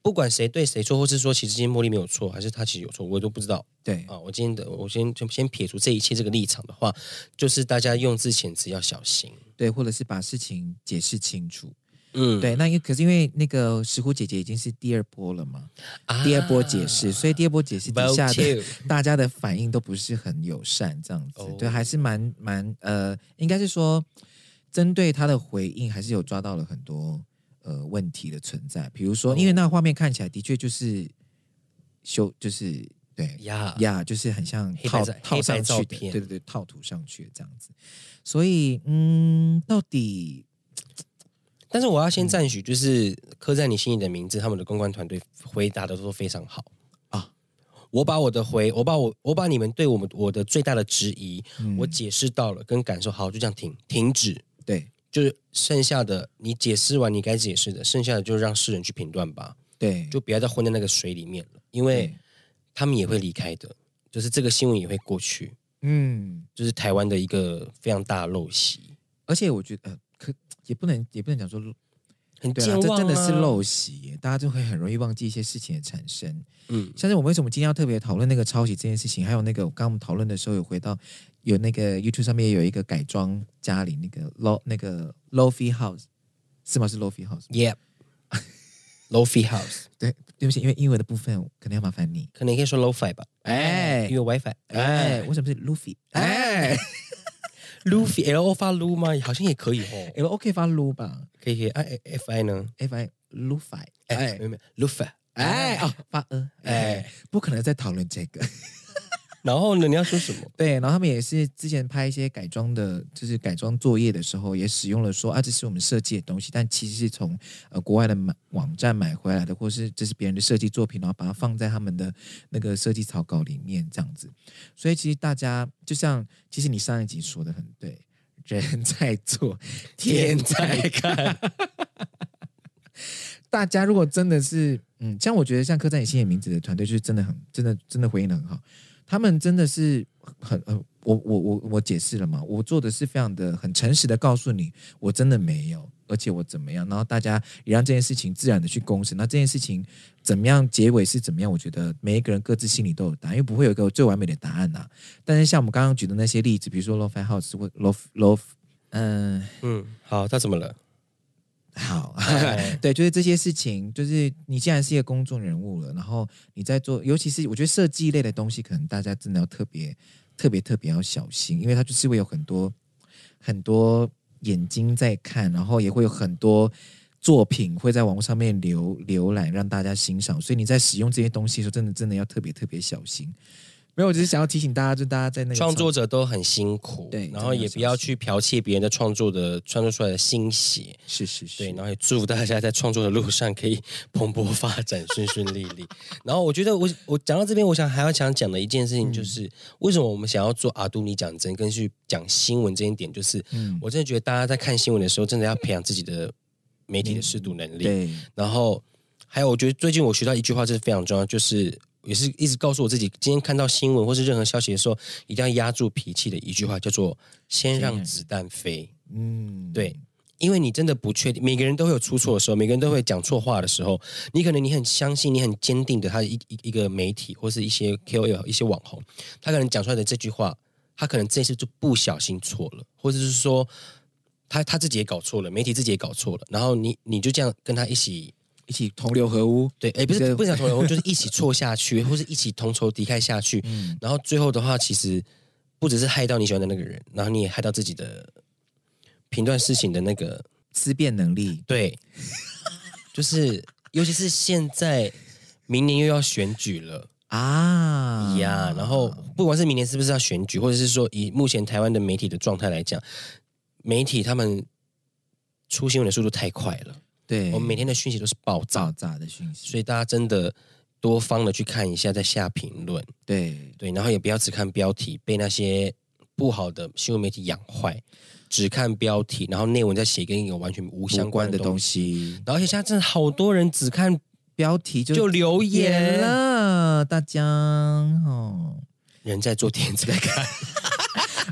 [SPEAKER 1] 不管谁对谁错，或是说其实今天茉莉没有错，还是她其实有错，我都不知道
[SPEAKER 2] 对，
[SPEAKER 1] 啊。我今天的我先就先撇除这一切这个立场的话，就是大家用字遣词要小心。
[SPEAKER 2] 对，或者是把事情解释清楚。
[SPEAKER 1] 嗯，
[SPEAKER 2] 对，那因为可是因为那个石虎姐姐已经是第二波了嘛，
[SPEAKER 1] 啊，
[SPEAKER 2] 第二波解释，所以第二波解释底
[SPEAKER 1] Vote
[SPEAKER 2] 下的
[SPEAKER 1] you
[SPEAKER 2] 大家的反应都不是很友善，这样子，
[SPEAKER 1] 哦
[SPEAKER 2] 对，还是蛮蛮呃，应该是说针对他的回应，还是有抓到了很多呃问题的存在，比如
[SPEAKER 1] 哦
[SPEAKER 2] 说，因为那个画面看起来的确就是修，就是对
[SPEAKER 1] 呀
[SPEAKER 2] 呀就是很像
[SPEAKER 1] 黑白
[SPEAKER 2] 套
[SPEAKER 1] 照
[SPEAKER 2] 套上
[SPEAKER 1] 黑
[SPEAKER 2] 去
[SPEAKER 1] 白照
[SPEAKER 2] 的，
[SPEAKER 1] 片
[SPEAKER 2] 对对对，套图上去的这样子。所以，嗯，到底
[SPEAKER 1] 但是我要先赞许，就是刻在你心里的名字，他们的公关团队回答的都非常好
[SPEAKER 2] 啊
[SPEAKER 1] 啊。我把我的回，我把我我把你们对我们我的最大的质疑，
[SPEAKER 2] 嗯
[SPEAKER 1] 我解释到了跟感受，好，就这样停停止，
[SPEAKER 2] 对
[SPEAKER 1] 就是剩下的你解释完你该解释的，剩下的就让世人去评断吧，
[SPEAKER 2] 对
[SPEAKER 1] 就不要再混在那个水里面了，因
[SPEAKER 2] 嗯
[SPEAKER 1] 为他们也会离开的，就是这个新闻也会过去，
[SPEAKER 2] 嗯，
[SPEAKER 1] 就是台湾的一个非常大的陋习，
[SPEAKER 2] 而且我觉得、呃、可也不能也不能讲说
[SPEAKER 1] 很
[SPEAKER 2] 对
[SPEAKER 1] 健
[SPEAKER 2] 了，这
[SPEAKER 1] 忘、啊、
[SPEAKER 2] 真的是陋习耶，大家就会很容易忘记一些事情的产生。
[SPEAKER 1] 嗯，
[SPEAKER 2] 像是我们为什么今天要特别讨论那个抄袭这件事情，还有那个我刚刚我们讨论的时候有回到有那个 YouTube 上面有一个改装家里那个 low 那个 lofi house 是吗？是 lofi house？
[SPEAKER 1] Yep. Lofi House，
[SPEAKER 2] 对，对不起，因为英文的部分可能要麻烦你。
[SPEAKER 1] 可能也可以说 LoFi 吧。
[SPEAKER 2] 哎
[SPEAKER 1] 因为 WiFi。
[SPEAKER 2] 哎，
[SPEAKER 1] 哎
[SPEAKER 2] 为什么是 lofi？哎，
[SPEAKER 1] ，Luffy L O F I L U 吗？好像也可以哦。
[SPEAKER 2] l OK 发 lu 吧
[SPEAKER 1] 可以可以。哎哎，F I 呢？
[SPEAKER 2] ，F I lufi
[SPEAKER 1] 哎，
[SPEAKER 2] 哎
[SPEAKER 1] 没有没有，Luffy。
[SPEAKER 2] 哎
[SPEAKER 1] 哎，
[SPEAKER 2] 哦发呃哎
[SPEAKER 1] 哎，
[SPEAKER 2] 不可能再讨论这个。
[SPEAKER 1] 然后呢？你要说什么？
[SPEAKER 2] 对，然后他们也是之前拍一些改装的，就是改装作业的时候，也使用了说啊，这是我们设计的东西，但其实是从呃国外的买网站买回来的，或是这是别人的设计作品，然后把它放在他们的那个设计草稿里面这样子。所以其实大家就像，其实你上一集说的很对，人在做，天在看。
[SPEAKER 1] 看。
[SPEAKER 2] 大家如果真的是，嗯，像我觉得像刻在你心里名字的团队，就是真的很，真的真的回应的很好。他们真的是很，呃，我我我我解释了嘛，我做的是非常的很诚实的告诉你，我真的没有，而且我怎么样，然后大家也让这件事情自然的去公审。那这件事情怎么样，结尾是怎么样，我觉得每一个人各自心里都有答案，因为不会有一个最完美的答案呐、啊但是像我们刚刚举的那些例子，比如说 Lofi House 或 Lof Lof，嗯、
[SPEAKER 1] 嗯，好，他怎么了？
[SPEAKER 2] 好
[SPEAKER 1] 哎，
[SPEAKER 2] 对，就是这些事情，就是你既然是一个公众人物了，然后你在做，尤其是我觉得设计类的东西，可能大家真的要特别、特别、特别要小心，因为它就是会有很多、很多眼睛在看，然后也会有很多作品会在网络上面浏浏览，让大家欣赏。所以你在使用这些东西的时候，真的真的要特别特别小心。没有，我只是想要提醒大家，就大家在那个
[SPEAKER 1] 创作者都很辛苦，
[SPEAKER 2] 对
[SPEAKER 1] 然后也不要去剽窃别人的创作的创作出来的心血，
[SPEAKER 2] 是是是，
[SPEAKER 1] 对，然后也祝福大家在创作的路上可以蓬勃发展，顺顺利利。然后我觉得我我讲到这边，我想还要想讲的一件事情
[SPEAKER 2] 嗯
[SPEAKER 1] 就是，为什么我们想要做阿杜尼讲真，跟去讲新闻这一点，就是
[SPEAKER 2] 嗯，
[SPEAKER 1] 我真的觉得大家在看新闻的时候，真的要培养自己的媒体的识读能力。
[SPEAKER 2] 嗯对，
[SPEAKER 1] 然后还有，我觉得最近我学到一句话，这是非常重要，就是也是一直告诉我自己，今天看到新闻或是任何消息的时候，一定要压住脾气的一句话，叫做“先让子弹飞
[SPEAKER 2] 嗯，”。
[SPEAKER 1] 对。因为你真的不确定，每个人都会有出错的时候，每个人都会讲错话的时候。你可能你很相信，你很坚定的他的一一一个媒体或是一些 KOL、一些网红，他可能讲出来的这句话，他可能这次就不小心错了，或者是说他他自己也搞错了，媒体自己也搞错了，然后你你就这样跟他一起
[SPEAKER 2] 一起同流合污，
[SPEAKER 1] 对，哎，不
[SPEAKER 2] 对
[SPEAKER 1] 是不是想同流，就是一起错下去，或是一起同仇敌忾下去。
[SPEAKER 2] 嗯，
[SPEAKER 1] 然后最后的话，其实不只是害到你喜欢的那个人，然后你也害到自己的评断事情的那个
[SPEAKER 2] 思辨能力，
[SPEAKER 1] 对，就是尤其是现在明年又要选举了
[SPEAKER 2] 啊
[SPEAKER 1] 呀，然后不管是明年是不是要选举，或者是说以目前台湾的媒体的状态来讲，媒体他们出新闻的速度太快了，
[SPEAKER 2] 对，
[SPEAKER 1] 我们每天的讯息都是爆炸
[SPEAKER 2] 早炸的讯息，
[SPEAKER 1] 所以大家真的多方的去看一下，再下评论，
[SPEAKER 2] 对
[SPEAKER 1] 对，然后也不要只看标题，被那些不好的新闻媒体养坏，只看标题，然后内文再写跟有完全无相
[SPEAKER 2] 相关
[SPEAKER 1] 关的
[SPEAKER 2] 的东
[SPEAKER 1] 东西。
[SPEAKER 2] 西，
[SPEAKER 1] 然后而且现在真的好多人只看
[SPEAKER 2] 标题就
[SPEAKER 1] 就留
[SPEAKER 2] 点
[SPEAKER 1] 言，
[SPEAKER 2] 了，大家 哦。
[SPEAKER 1] 人在做天在看，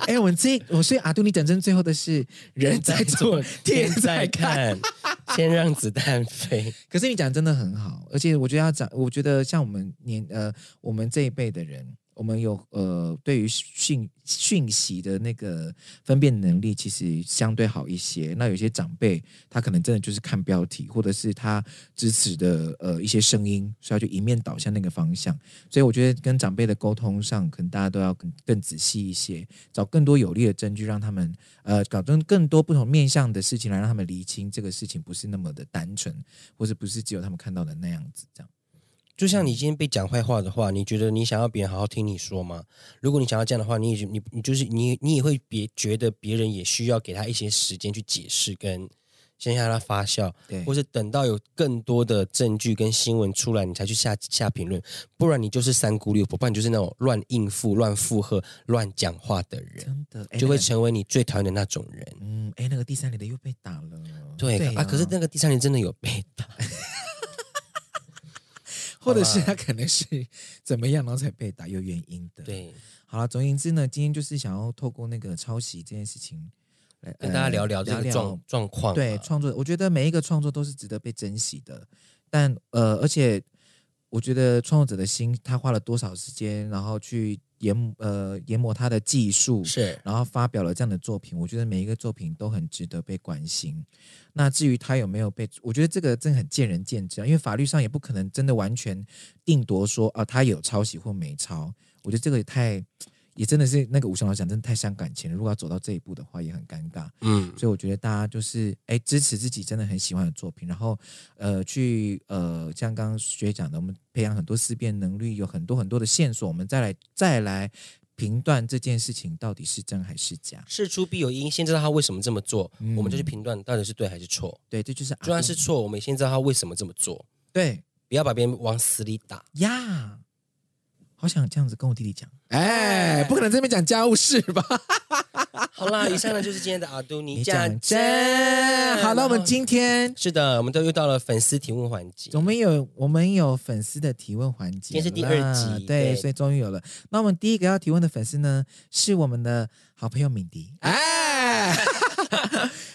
[SPEAKER 2] 哎，我们这我所以阿杜，你讲真最后的是人在做，天在看。，
[SPEAKER 1] 先让子弹飞。
[SPEAKER 2] 可是你讲真的很好，而且我觉得要讲，我觉得像我们年呃，我们这一辈的人，我们有呃，对于讯讯息的那个分辨能力，其实相对好一些。那有些长辈，他可能真的就是看标题，或者是他支持的呃一些声音，所以他就一面倒向那个方向。所以我觉得跟长辈的沟通上，可能大家都要更更仔细一些，找更多有力的证据，让他们呃，搞更更多不同面向的事情来让他们厘清这个事情不是那么的单纯。或者不是只有他们看到的那样子，这样
[SPEAKER 1] 就像你今天被讲坏话的话，你觉得你想要别人好好听你说吗？如果你想要这样的话，你也你你就是你你也会别觉得别人也需要给他一些时间去解释跟先让它发酵，
[SPEAKER 2] 对，
[SPEAKER 1] 或是等到有更多的证据跟新闻出来，你才去下下评论，不然你就是三姑六婆，不然你就是那种乱应付、乱附和、乱讲话的人，
[SPEAKER 2] 真的哎
[SPEAKER 1] 就会
[SPEAKER 2] 那个
[SPEAKER 1] 成为你最讨厌的那种人。
[SPEAKER 2] 嗯，哎，那个第三年的又被打了，
[SPEAKER 1] 对啊，可是那个第三年真的有被打，
[SPEAKER 2] 或者
[SPEAKER 1] 好啦
[SPEAKER 2] 是他可能是 怎么样，然后才被打，有原因的。，
[SPEAKER 1] 对，
[SPEAKER 2] 好了，总而言之呢，今天就是想要透过那个抄袭这件事情来呃
[SPEAKER 1] 跟大家聊聊这个状状况啊。
[SPEAKER 2] 对创作，我觉得每一个创作都是值得被珍惜的，但呃，而且我觉得创作者的心，他花了多少时间，然后去研呃研磨他的技术，
[SPEAKER 1] 是
[SPEAKER 2] 然后发表了这样的作品，我觉得每一个作品都很值得被关心。那至于他有没有被，我觉得这个真的很见仁见智啊，因为法律上也不可能真的完全定夺说啊他有抄袭或没抄。我觉得这个也太，也真的是那个吴翔老师讲，真的太伤感情了。如果要走到这一步的话，也很尴尬。
[SPEAKER 1] 嗯，
[SPEAKER 2] 所以我觉得大家就是哎支持自己真的很喜欢的作品，然后呃去呃像刚刚学姐讲的，我们培养很多思辨能力，有很多很多的线索，我们再来再来评断这件事情到底是真还是假。
[SPEAKER 1] 事出必有因，先知道他为什么这么做，
[SPEAKER 2] 嗯啊
[SPEAKER 1] 我们就去评断到底是对还是错。
[SPEAKER 2] 对，这就是
[SPEAKER 1] 就算是错，我们也先知道他为什么这么做，
[SPEAKER 2] 对
[SPEAKER 1] 不要把别人往死里打。
[SPEAKER 2] 呀。好想这样子跟我弟弟讲，哎，不可能这边讲家务事吧？
[SPEAKER 1] 好啦，以上呢就是今天的阿都尼讲
[SPEAKER 2] 真好了，我们今天
[SPEAKER 1] 是的，我们都又到了粉丝提问环节
[SPEAKER 2] 我。们有我们有粉丝的提问环节
[SPEAKER 1] 今
[SPEAKER 2] 啦，
[SPEAKER 1] 天是第二集
[SPEAKER 2] 对，
[SPEAKER 1] 对
[SPEAKER 2] 所以终于有了。那我们第一个要提问的粉丝呢，是我们的好朋友敏迪。
[SPEAKER 1] 啊
[SPEAKER 2] 哎，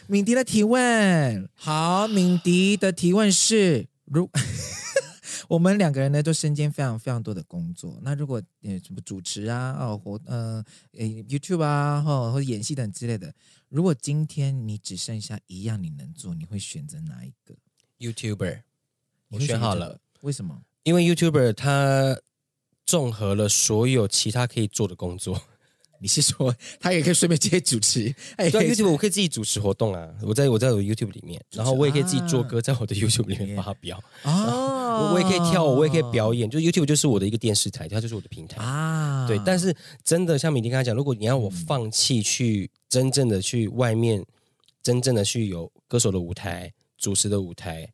[SPEAKER 2] 敏迪的提问，好，敏迪的提问是如。 我们两个人呢，都身兼非常非常多的工作。那如果呃什么主持啊，哦活呃呃 YouTube 啊，或或者演戏等之类的，如果今天你只剩下一样你能做，你会选择哪一个？
[SPEAKER 1] YouTuber，
[SPEAKER 2] 你
[SPEAKER 1] 我
[SPEAKER 2] 会
[SPEAKER 1] 选
[SPEAKER 2] 择
[SPEAKER 1] 好
[SPEAKER 2] 这
[SPEAKER 1] 了
[SPEAKER 2] 个，为什么？
[SPEAKER 1] 因为 YouTuber 他综合了所有其他可以做的工作。
[SPEAKER 2] 你是说他也可以顺便接主持？哎，
[SPEAKER 1] 对啊 YouTube 我可以自己主持活动啊，我在我在我的 YouTube 里面，
[SPEAKER 2] 持
[SPEAKER 1] 然后我也可以自己做
[SPEAKER 2] 啊
[SPEAKER 1] 歌，在我的 YouTube 里面发表。
[SPEAKER 2] 哦
[SPEAKER 1] 啊我我也可以跳舞，我也可以表演，就是 YouTube 就是我的一个电视台，它就是我的平台。
[SPEAKER 2] 啊
[SPEAKER 1] 对，但是真的像米迪刚才讲，如果你要我放弃去真正的去外面，真正的去有歌手的舞台、主持的舞台、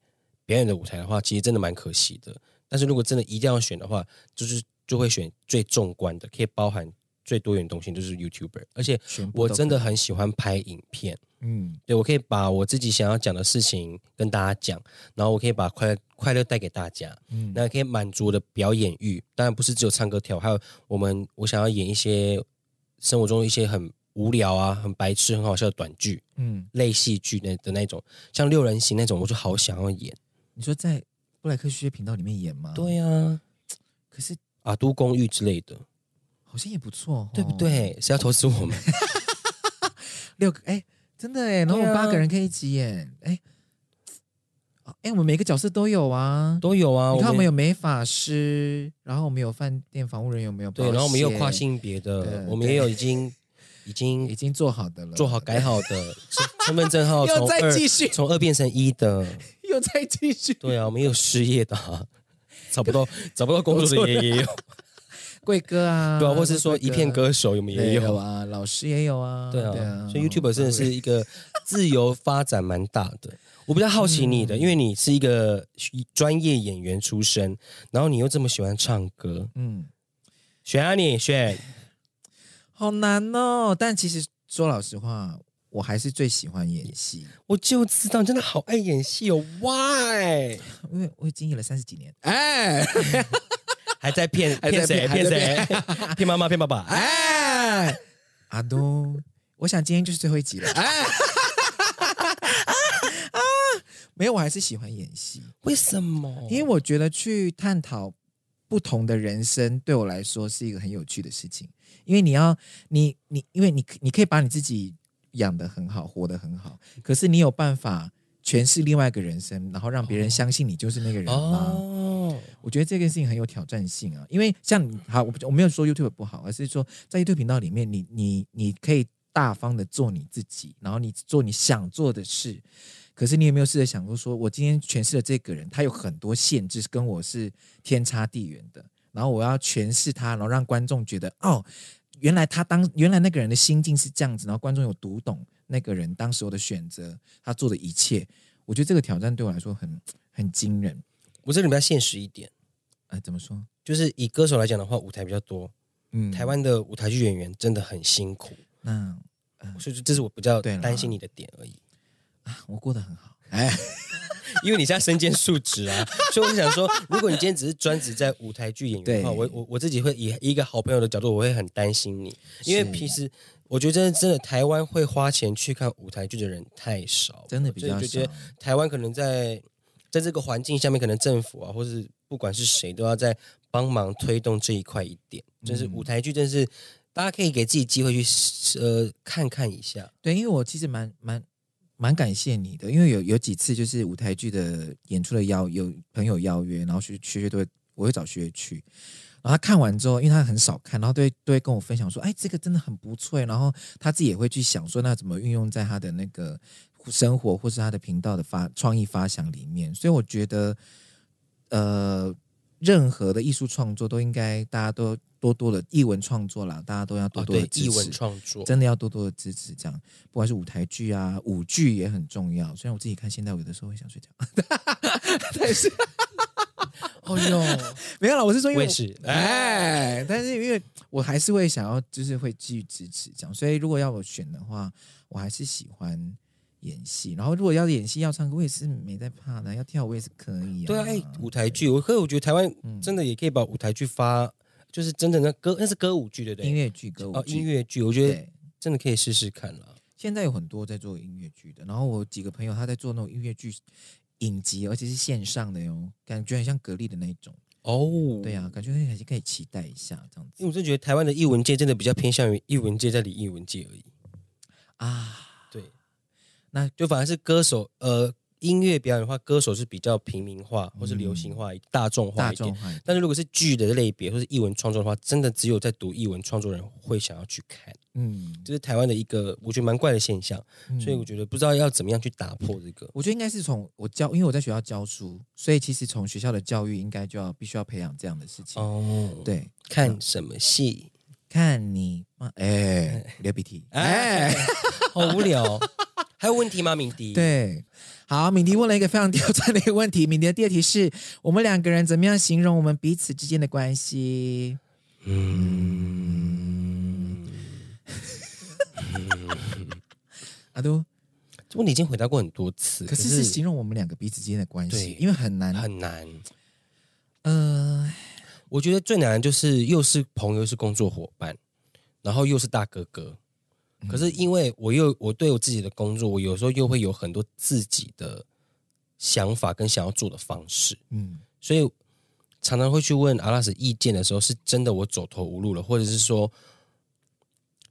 [SPEAKER 1] 表演的舞台的话，其实真的蛮可惜的。但是如果真的一定要选的话，就是就会选最纵观的，可以包含最多元东西，就是 YouTuber。而且
[SPEAKER 2] 全部
[SPEAKER 1] 我
[SPEAKER 2] 都
[SPEAKER 1] 真的
[SPEAKER 2] 可以
[SPEAKER 1] 很喜欢拍影片，
[SPEAKER 2] 嗯
[SPEAKER 1] 对我可以把我自己想要讲的事情跟大家讲，然后我可以把快快乐带给大家。
[SPEAKER 2] 嗯，
[SPEAKER 1] 那可以满足我的表演欲，当然不是只有唱歌跳舞，还有我们我想要演一些生活中一些很无聊啊、很白痴、很好笑的短剧、
[SPEAKER 2] 嗯，
[SPEAKER 1] 类戏剧那的那种，像六人行那种，我就好想要演。
[SPEAKER 2] 你说在布莱克学频道里面演吗？，
[SPEAKER 1] 对啊，
[SPEAKER 2] 可是
[SPEAKER 1] 阿啊都公寓之类的，
[SPEAKER 2] 好像也不错哦，
[SPEAKER 1] 对不对？谁要投资我们？
[SPEAKER 2] 六个哎，真的哎，然后我
[SPEAKER 1] 对
[SPEAKER 2] 们
[SPEAKER 1] 啊
[SPEAKER 2] 八个人可以一起演，哎哦哎，我们每个角色都有啊。
[SPEAKER 1] 都有啊，
[SPEAKER 2] 你看，我们
[SPEAKER 1] 有
[SPEAKER 2] 有美发师，然后我们有饭店房务人员，我们有
[SPEAKER 1] 对，
[SPEAKER 2] 保
[SPEAKER 1] 然后我们也有
[SPEAKER 2] 险
[SPEAKER 1] 跨性别的
[SPEAKER 2] 对，
[SPEAKER 1] 我们也有已经已
[SPEAKER 2] 已
[SPEAKER 1] 经
[SPEAKER 2] 经做好的了，
[SPEAKER 1] 做好改好 的身身份证 号，
[SPEAKER 2] 又
[SPEAKER 1] 从
[SPEAKER 2] 再
[SPEAKER 1] 二
[SPEAKER 2] 继续，
[SPEAKER 1] 从二变成一的。
[SPEAKER 2] 又再继续，
[SPEAKER 1] 对啊，我们也有失业的、啊，找不 到找不到工作的也也有，
[SPEAKER 2] 贵哥啊，
[SPEAKER 1] 对啊，或是说一片
[SPEAKER 2] 歌。
[SPEAKER 1] 歌手，我们也
[SPEAKER 2] 也有
[SPEAKER 1] 有。
[SPEAKER 2] 啊，老师也有啊，
[SPEAKER 1] 对啊，所以 YouTube 真的是一 个自由发展蛮大的。我比较好奇你的，因为你是一个专业演员出身，然后你又这么喜欢唱歌，
[SPEAKER 2] 嗯，
[SPEAKER 1] 选啊你选，
[SPEAKER 2] 好难哦。但其实说老实话，我还是最喜欢演戏，
[SPEAKER 1] 我就知道你真的好爱演戏哦，Why？
[SPEAKER 2] 因为我已经演了三十几年，哎
[SPEAKER 1] 还在骗
[SPEAKER 2] 还在
[SPEAKER 1] 骗谁？
[SPEAKER 2] 骗
[SPEAKER 1] 骗谁？骗妈妈？骗爸爸？
[SPEAKER 2] 哎，阿东，我想今天就是最后一集了，哎。 啊没有，我还是喜欢演戏，
[SPEAKER 1] 为什么？
[SPEAKER 2] 因为我觉得去探讨不同的人生，对我来说是一个很有趣的事情。因为你要，你你，因为你你可以把你自己养得很好，活得很好，可是你有办法诠释另外一个人生，然后让别人相信你就是那个人吗？
[SPEAKER 1] 哦，
[SPEAKER 2] 我觉得这件事情很有挑战性啊。因为像你，好，我不我没有说 YouTube 不好，而是说在 YouTube 频道里面，你你你可以大方的做你自己，然后你做你想做的事。可是你有没有试着想过说，我今天诠释的这个人，他有很多限制，跟我是天差地远的。然后我要诠释他，然后让观众觉得哦，原来他当原来那个人的心境是这样子，然后观众有读懂那个人当时候的选择，他做的一切，我觉得这个挑战对我来说很很惊人。
[SPEAKER 1] 我这里比较现实一点，
[SPEAKER 2] 啊、怎么说？
[SPEAKER 1] 就是以歌手来讲的话，舞台比较多，
[SPEAKER 2] 嗯
[SPEAKER 1] 台湾的舞台剧演员真的很辛苦，
[SPEAKER 2] 那
[SPEAKER 1] 所以这是我比较
[SPEAKER 2] 嗯对啦
[SPEAKER 1] 担心你的点而已。
[SPEAKER 2] 啊，我过得很好。哎，
[SPEAKER 1] 因为你现在身兼数职啊，所以我就想说，如果你今天只是专职在舞台剧演员的话，
[SPEAKER 2] 对
[SPEAKER 1] 我我我自己会以一个好朋友的角度，我会很担心你，因为
[SPEAKER 2] 是
[SPEAKER 1] 平时我觉得真的真的台湾会花钱去看舞台剧的人太少了，
[SPEAKER 2] 真的比较
[SPEAKER 1] 所以就觉
[SPEAKER 2] 少
[SPEAKER 1] 得。台湾可能在在这个环境下面，可能政府啊，或是不管是谁，都要在帮忙推动这一块一点。就是
[SPEAKER 2] 嗯
[SPEAKER 1] 舞台剧，真是大家可以给自己机会去呃看看一下。
[SPEAKER 2] 对，因为我其实蛮蛮蛮感谢你的，因为有有几次就是舞台剧的演出的邀有朋友邀约，然后学学学都会我会找学学去。然后他看完之后，因为他很少看，然后都会都会跟我分享说：“哎，这个真的很不错。”欸然后他自己也会去想说，那怎么运用在他的那个生活或是他的频道的发创意发想里面。所以我觉得，呃，任何的艺术创作都应该大家都多多的译文创作啦，大家都要多
[SPEAKER 1] 哦，
[SPEAKER 2] 多的
[SPEAKER 1] 对，
[SPEAKER 2] 支持、
[SPEAKER 1] 译文创作，
[SPEAKER 2] 真的要多多的支持，这样不管是舞台剧啊、舞剧也很重要。虽然我自己看现代舞有的时候会想睡觉， 但 是
[SPEAKER 1] 哦哟，
[SPEAKER 2] 没有了，我是说因
[SPEAKER 1] 我
[SPEAKER 2] 为
[SPEAKER 1] 也是
[SPEAKER 2] 哎，但是因为我还是会想要，就是会继续支持这样。所以如果要我选的话，我还是喜欢演戏。然后如果要演戏要唱歌，我也是没在怕的，要跳舞我也是可以、啊。
[SPEAKER 1] 对啊，哎，舞台剧，我可是我觉得台
[SPEAKER 2] 嗯
[SPEAKER 1] 湾真的也可以把舞台剧发，就是真的那歌那是歌舞剧对不对？
[SPEAKER 2] 音乐剧、歌舞
[SPEAKER 1] 哦，
[SPEAKER 2] 剧、
[SPEAKER 1] 音乐剧，我觉得
[SPEAKER 2] 对。
[SPEAKER 1] 真的可以试试看啦。
[SPEAKER 2] 现在有很多在做音乐剧的，然后我几个朋友他在做那种音乐剧影集，而且是线上的哟，感觉很像格力的那一种。
[SPEAKER 1] 哦，
[SPEAKER 2] 对啊，感觉还是可以期待一下这样
[SPEAKER 1] 因为
[SPEAKER 2] 子
[SPEAKER 1] 我真的觉得台湾的艺文界真的比较偏向于艺文界在理艺文界而已。
[SPEAKER 2] 啊。
[SPEAKER 1] 对，
[SPEAKER 2] 那
[SPEAKER 1] 就反而是歌手，呃，音乐表演的话，歌手是比较平民化或是流行化一、大众化
[SPEAKER 2] 嗯大
[SPEAKER 1] 一点
[SPEAKER 2] 众。化一点
[SPEAKER 1] 但是如果是剧的类别或是艺文创作的话，真的只有在读艺文创作人会想要去看，
[SPEAKER 2] 嗯，
[SPEAKER 1] 这是台湾的一个我觉得蛮怪的现象。
[SPEAKER 2] 嗯
[SPEAKER 1] 所以我觉得不知道要怎么样去打破这个。
[SPEAKER 2] 我觉得应该是从我教，因为我在学校教书，所以其实从学校的教育应该就要必须要培养这样的事情。
[SPEAKER 1] 哦，，
[SPEAKER 2] 对，
[SPEAKER 1] 看什么戏？
[SPEAKER 2] 看你妈， 哎，流鼻涕，哎。
[SPEAKER 1] 好无聊哦。 还有问题吗，敏迪？，
[SPEAKER 2] 对，好，敏迪问了一个非常刁钻的一个问题。敏迪的第二题是我们两个人怎么样形容我们彼此之间的关系？
[SPEAKER 1] 嗯，
[SPEAKER 2] 阿都，
[SPEAKER 1] 这问题已经回答过很多次，
[SPEAKER 2] 可是是形容我们两个彼此之间的关
[SPEAKER 1] 对，
[SPEAKER 2] 系因为很难，
[SPEAKER 1] 很难。
[SPEAKER 2] 呃，
[SPEAKER 1] 我觉得最难的就是又是朋友又是工作伙伴，然后又是大哥哥。可是因为我又我对我自己的工作，我有时候又会有很多自己的想法跟想要做的方式，
[SPEAKER 2] 嗯，
[SPEAKER 1] 所以常常会去问阿拉斯意见的时候，是真的我走投无路了，或者是说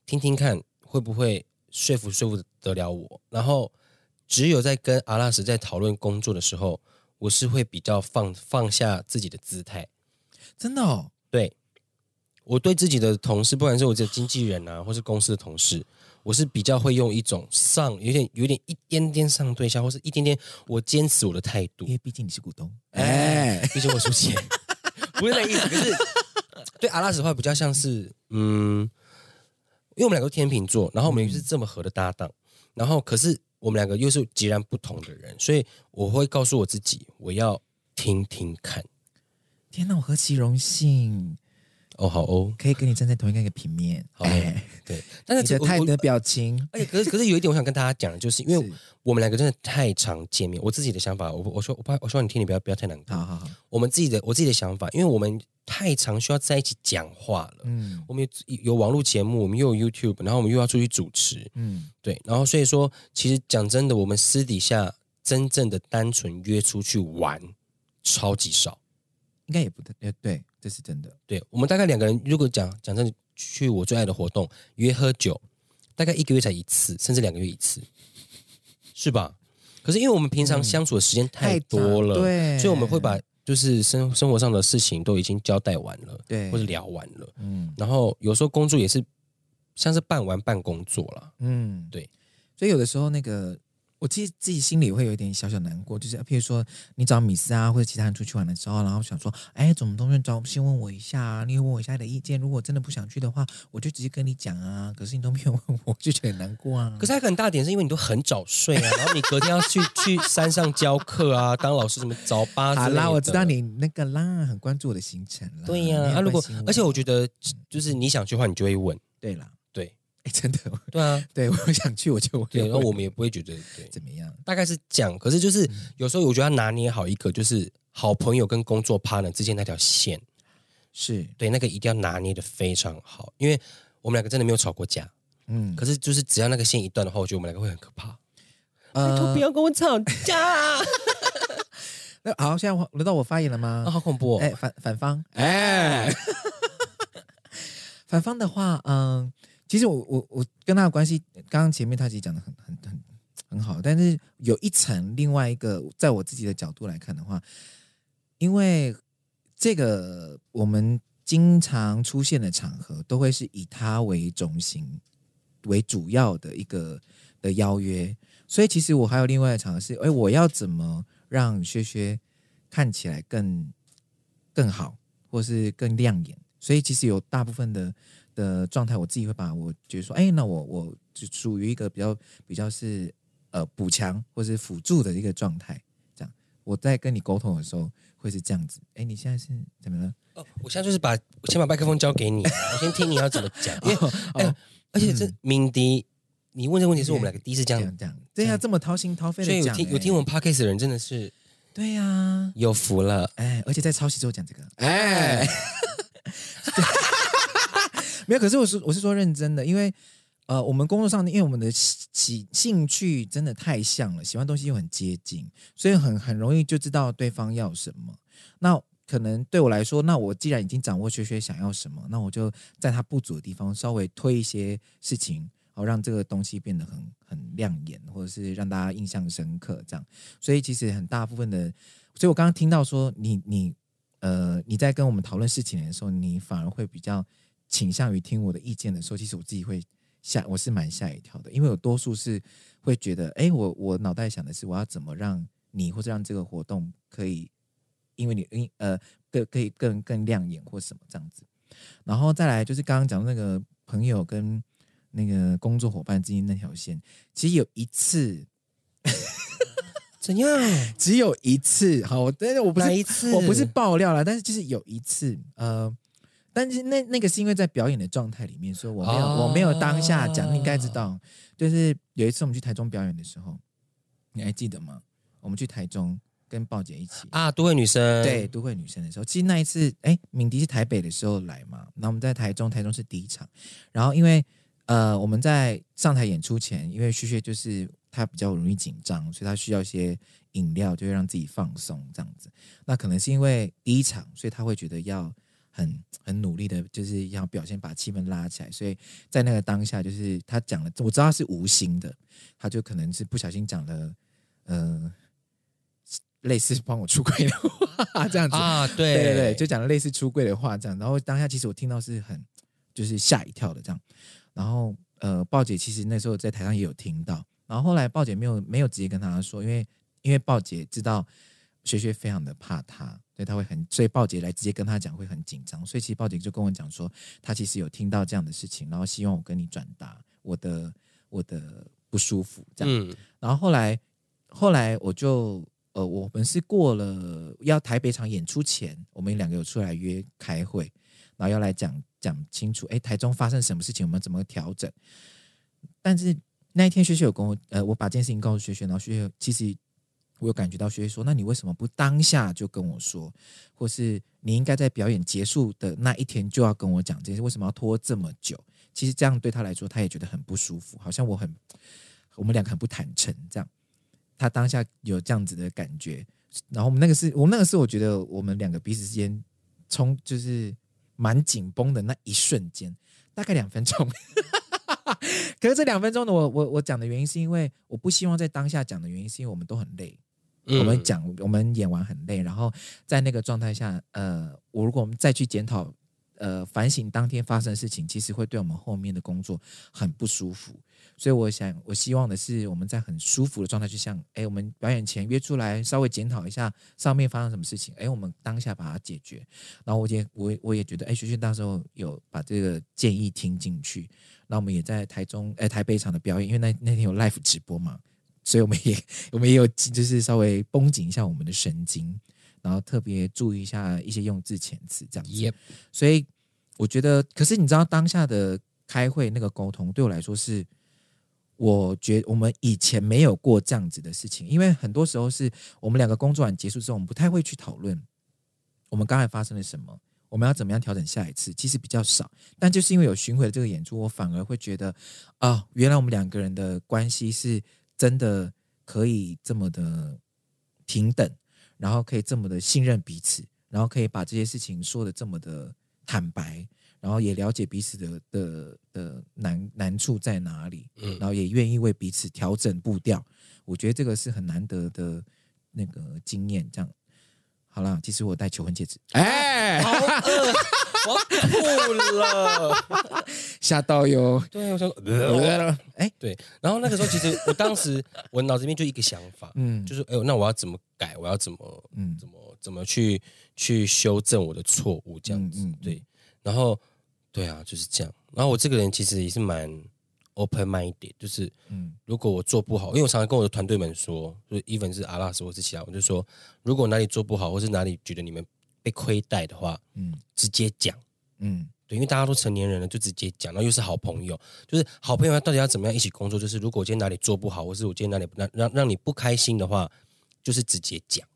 [SPEAKER 1] 听听看会不会说服说服得了我。然后只有在跟阿拉斯在讨论工作的时候，我是会比较放放下自己的姿态。
[SPEAKER 2] 真的哦，
[SPEAKER 1] 对我对自己的同事，不管是我的经纪人啊，或是公司的同事，我是比较会用一种上，有点有点一点点上对下，或是一点点我坚持我的态度
[SPEAKER 2] 因。为毕竟你是股东，
[SPEAKER 1] 哎
[SPEAKER 2] 哎，
[SPEAKER 1] 毕竟我出钱，不是那意思。可是对阿拉斯的话，比较像是嗯，因为我们两个都天秤座，然后我们又是这么合的搭档，然后可是我们两个又是截然不同的人，所以我会告诉我自己，我要听听看。
[SPEAKER 2] 天哪，我何其荣幸，
[SPEAKER 1] 哦，好哦，
[SPEAKER 2] 可以跟你站在同一个一个平面，
[SPEAKER 1] 好哦
[SPEAKER 2] 哎，
[SPEAKER 1] 对，但是
[SPEAKER 2] 你的
[SPEAKER 1] 我
[SPEAKER 2] 态
[SPEAKER 1] 我
[SPEAKER 2] 度、表情，
[SPEAKER 1] 而且可是可是有一点，我想跟大家讲的就是，因为
[SPEAKER 2] 是
[SPEAKER 1] 我们两个真的太常见面，我自己的想法，我我说我怕我希望你听，你不要不要太难过。
[SPEAKER 2] 好好好，
[SPEAKER 1] 我们自己的我自己的想法，因为我们太常需要在一起讲话了。
[SPEAKER 2] 嗯
[SPEAKER 1] 我们有有网络节目，我们又有 YouTube，然后我们又要出去主持，
[SPEAKER 2] 嗯，
[SPEAKER 1] 对，然后所以说，其实讲真的，我们私底下真正的单纯约出去玩超级少。
[SPEAKER 2] 应该也不太，呃对，这是真的，
[SPEAKER 1] 对我们大概两个人，如果讲讲真的，去我最爱的活动约喝酒，大概一个月才一次，甚至两个月一次，是吧？可是因为我们平常相处的时间太多了，
[SPEAKER 2] 嗯太长对
[SPEAKER 1] 所以我们会把就是生生活上的事情都已经交代完了，
[SPEAKER 2] 对
[SPEAKER 1] 或者聊完了，
[SPEAKER 2] 嗯
[SPEAKER 1] 然后有时候工作也是像是半玩半工作啦。
[SPEAKER 2] 嗯，
[SPEAKER 1] 对，
[SPEAKER 2] 所以有的时候那个我其实自己心里会有一点小小难过，就是譬如说你找米斯啊或者其他人出去玩的时候，然后想说，哎，怎么东西找先问我一下啊，你问我一下你的意见，如果真的不想去的话，我就直接跟你讲啊。可是你都没有问我，就觉得很难过啊。
[SPEAKER 1] 可是还有个很大点是因为你都很早睡啊，然后你隔天要去去山上教课啊，当老师什么早八之类
[SPEAKER 2] 好
[SPEAKER 1] 的。
[SPEAKER 2] 啦，我知道你那个啦，很关注我的行程啦。
[SPEAKER 1] 对呀、
[SPEAKER 2] 没有
[SPEAKER 1] 啊，如果
[SPEAKER 2] 关心
[SPEAKER 1] 而且我觉得就是你想去的话，你就会问。
[SPEAKER 2] 对啦，
[SPEAKER 1] 对
[SPEAKER 2] 哎，真的，
[SPEAKER 1] 对啊，
[SPEAKER 2] 对我想去我就会
[SPEAKER 1] 对，然后
[SPEAKER 2] 问
[SPEAKER 1] 我们也不会觉得对，
[SPEAKER 2] 怎么样？
[SPEAKER 1] 大概是这样。可是就是有时候我觉得要拿捏好一个，就是好朋友跟工作 partner 之间那条线，
[SPEAKER 2] 是，
[SPEAKER 1] 对那个一定要拿捏的非常好，因为我们两个真的没有吵过架。
[SPEAKER 2] 嗯，
[SPEAKER 1] 可是就是只要那个线一断的话，我觉得我们两个会很可怕。拜托
[SPEAKER 2] 呃
[SPEAKER 1] 不，要跟我吵 架啊！
[SPEAKER 2] 那好，现在我轮到我发言了吗？
[SPEAKER 1] 好恐怖哦！
[SPEAKER 2] 哎、反反方，哎、反方的话，嗯，其实我我我跟他的关系，刚刚前面他其实讲的很很很很好，但是有一层另外一个，在我自己的角度来看的话，因为这个我们经常出现的场合，都会是以他为中心为主要的一个的邀约，所以其实我还有另外的场合是，哎，我要怎么让薛薛看起来更更好，或是更亮眼？所以其实有大部分的的状态，我自己会把我觉得说，哎，那我我就属于一个比较比较是呃补强或是辅助的一个状态，这样我在跟你沟通的时候会是这样子，哎，你现在是怎么了？
[SPEAKER 1] 哦我现在就是把我先把麦克风交给你，我先听你要怎么 讲。因为 哎
[SPEAKER 2] 哦
[SPEAKER 1] 而且这敏迪，你问这个问题是我们两个第一次这
[SPEAKER 2] 这
[SPEAKER 1] 样，
[SPEAKER 2] 样这样，对呀、这么掏心掏肺
[SPEAKER 1] 所以
[SPEAKER 2] 的
[SPEAKER 1] 有
[SPEAKER 2] 讲，
[SPEAKER 1] 听
[SPEAKER 2] 哎
[SPEAKER 1] 有听我们 podcast 的人真的是
[SPEAKER 2] 对呀、
[SPEAKER 1] 有福了。
[SPEAKER 2] 哎，而且在抄袭之后讲这个，哎，没有，可是我是我是说认真的，因为呃，我们工作上，因为我们的喜兴趣真的太像了，喜欢的东西又很接近，所以很很容易就知道对方要什么。那可能对我来说，那我既然已经掌握学学想要什么，那我就在他不足的地方稍微推一些事情，好让这个东西变得很很亮眼，或者是让大家印象深刻这样。所以其实很大部分的，所以我刚刚听到说你你呃你在跟我们讨论事情的时候，你反而会比较倾向于听我的意见的时候，其实我自己会吓，我是蛮吓一跳的，因为我多数是会觉得，哎，我我脑袋想的是我要怎么让你或者让这个活动可以，因为你因呃更可以更更亮眼或什么这样子，然后再来就是刚刚讲的那个朋友跟。那个工作伙伴之间那条线，其实有一次，
[SPEAKER 1] 怎样？
[SPEAKER 2] 只有一次。好，我但是我不是
[SPEAKER 1] 哪一次？
[SPEAKER 2] 我不是爆料啦，但是就是有一次，呃，但是那那个是因为在表演的状态里面，所以我没有、
[SPEAKER 1] 哦
[SPEAKER 2] 我没有当下讲，你应该知道，就是有一次我们去台中表演的时候，你还记得吗？我们去台中跟鲍姐一起。
[SPEAKER 1] 啊，都会女生
[SPEAKER 2] 对，，都会女生的时候，其实那一次，哎，敏迪是台北的时候来嘛，那我们在台中，台中是第一场，然后因为呃我们在上台演出前，因为旭旭就是他比较容易紧张，所以他需要一些饮料，就会让自己放松这样子。那可能是因为第一场，所以他会觉得要很很努力的，就是要表现把气氛拉起来，所以在那个当下，就是他讲了，我知道他是无心的，他就可能是不小心讲了，呃。类似帮我出轨的话，这样子
[SPEAKER 1] 啊，对
[SPEAKER 2] 对对对，就讲了类似出柜的话这样。然后当下其实我听到是很就是吓一跳的这样。然后呃，鲍姐其实那时候在台上也有听到，然后后来鲍姐没有没有直接跟她说，因为因为鲍姐知道学学非常的怕她，所以她会很，所以鲍姐来直接跟她讲会很紧张。所以其实鲍姐就跟我讲说，她其实有听到这样的事情，然后希望我跟你转达我的我的不舒服这样。
[SPEAKER 1] 嗯，
[SPEAKER 2] 然后后来后来我就呃，我们是过了要台北场演出前，我们两个有出来约开会，然后要来讲讲清楚，哎，台中发生什么事情，我们怎么调整。但是那一天，学学有跟我，呃，我把这件事情告诉学学，然后学学其实我有感觉到学学说，那你为什么不当下就跟我说，或是你应该在表演结束的那一天就要跟我讲这件事，为什么要拖这么久？其实这样对他来说，他也觉得很不舒服，好像我很我们两个很不坦诚这样。他当下有这样子的感觉，然后我们那个是我那个是我觉得我们两个彼此之间冲就是蛮紧绷的那一瞬间，大概两分钟。 可是这两分钟的我我我讲的原因是因为我不希望在当下讲的原因是因为我们都很累，
[SPEAKER 1] 嗯
[SPEAKER 2] 我们讲我们演完很累，然后在那个状态下，呃，我如果我们再去检讨。呃反省当天发生的事情，其实会对我们后面的工作很不舒服。所以我想，我希望的是我们在很舒服的状态，就像哎，我们表演前约出来稍微检讨一下上面发生什么事情，哎，我们当下把它解决。然后我也我也我也觉得，哎，学学到时候有把这个建议听进去。那我们也在台中哎台北场的表演，因为那那天有 live 直播嘛，所以我们也 我们也有就是稍微绷紧一下我们的神经，然后特别注意一下一些用字遣词这样子。
[SPEAKER 1] Yep
[SPEAKER 2] 所以我觉得，可是你知道当下的开会那个沟通，对我来说是，我觉我们以前没有过这样子的事情，因为很多时候是我们两个工作完结束之后，我们不太会去讨论我们刚才发生了什么，我们要怎么样调整下一次，其实比较少。但就是因为有巡回的这个演出，我反而会觉得啊、原来我们两个人的关系是真的可以这么的平等。然后可以这么的信任彼此，然后可以把这些事情说的这么的坦白，然后也了解彼此的的的难难处在哪里，
[SPEAKER 1] 嗯
[SPEAKER 2] 然后也愿意为彼此调整步调。我觉得这个是很难得的那个经验。这样好啦，其实我戴求婚戒指，哎，
[SPEAKER 1] 好饿，我要吐了。
[SPEAKER 2] 吓到哟！
[SPEAKER 1] 对，我想说，
[SPEAKER 2] 哎，
[SPEAKER 1] 对。然后那个时候，其实我当时我脑子里面就一个想法，
[SPEAKER 2] 嗯，
[SPEAKER 1] 就是哎呦，那我要怎么改？我要怎么
[SPEAKER 2] 嗯
[SPEAKER 1] 怎么怎么去去修正我的错误？这样子
[SPEAKER 2] 嗯嗯嗯，
[SPEAKER 1] 对。然后，对啊，就是这样。然后我这个人其实也是蛮 open minded，就是
[SPEAKER 2] 嗯
[SPEAKER 1] 如果我做不好，因为我常常跟我的团队们说，就是 even 是阿拉斯或是其他，我就说，如果哪里做不好，或是哪里觉得你们被亏待的话，
[SPEAKER 2] 嗯
[SPEAKER 1] 直接讲。
[SPEAKER 2] 嗯
[SPEAKER 1] 对，因为大家都成年人了，就直接讲，然后又是好朋友，就是好朋友到底要怎么样一起工作？就是如果我今天哪里做不好，或是我今天哪里不让让让你不开心的话，就是直接讲。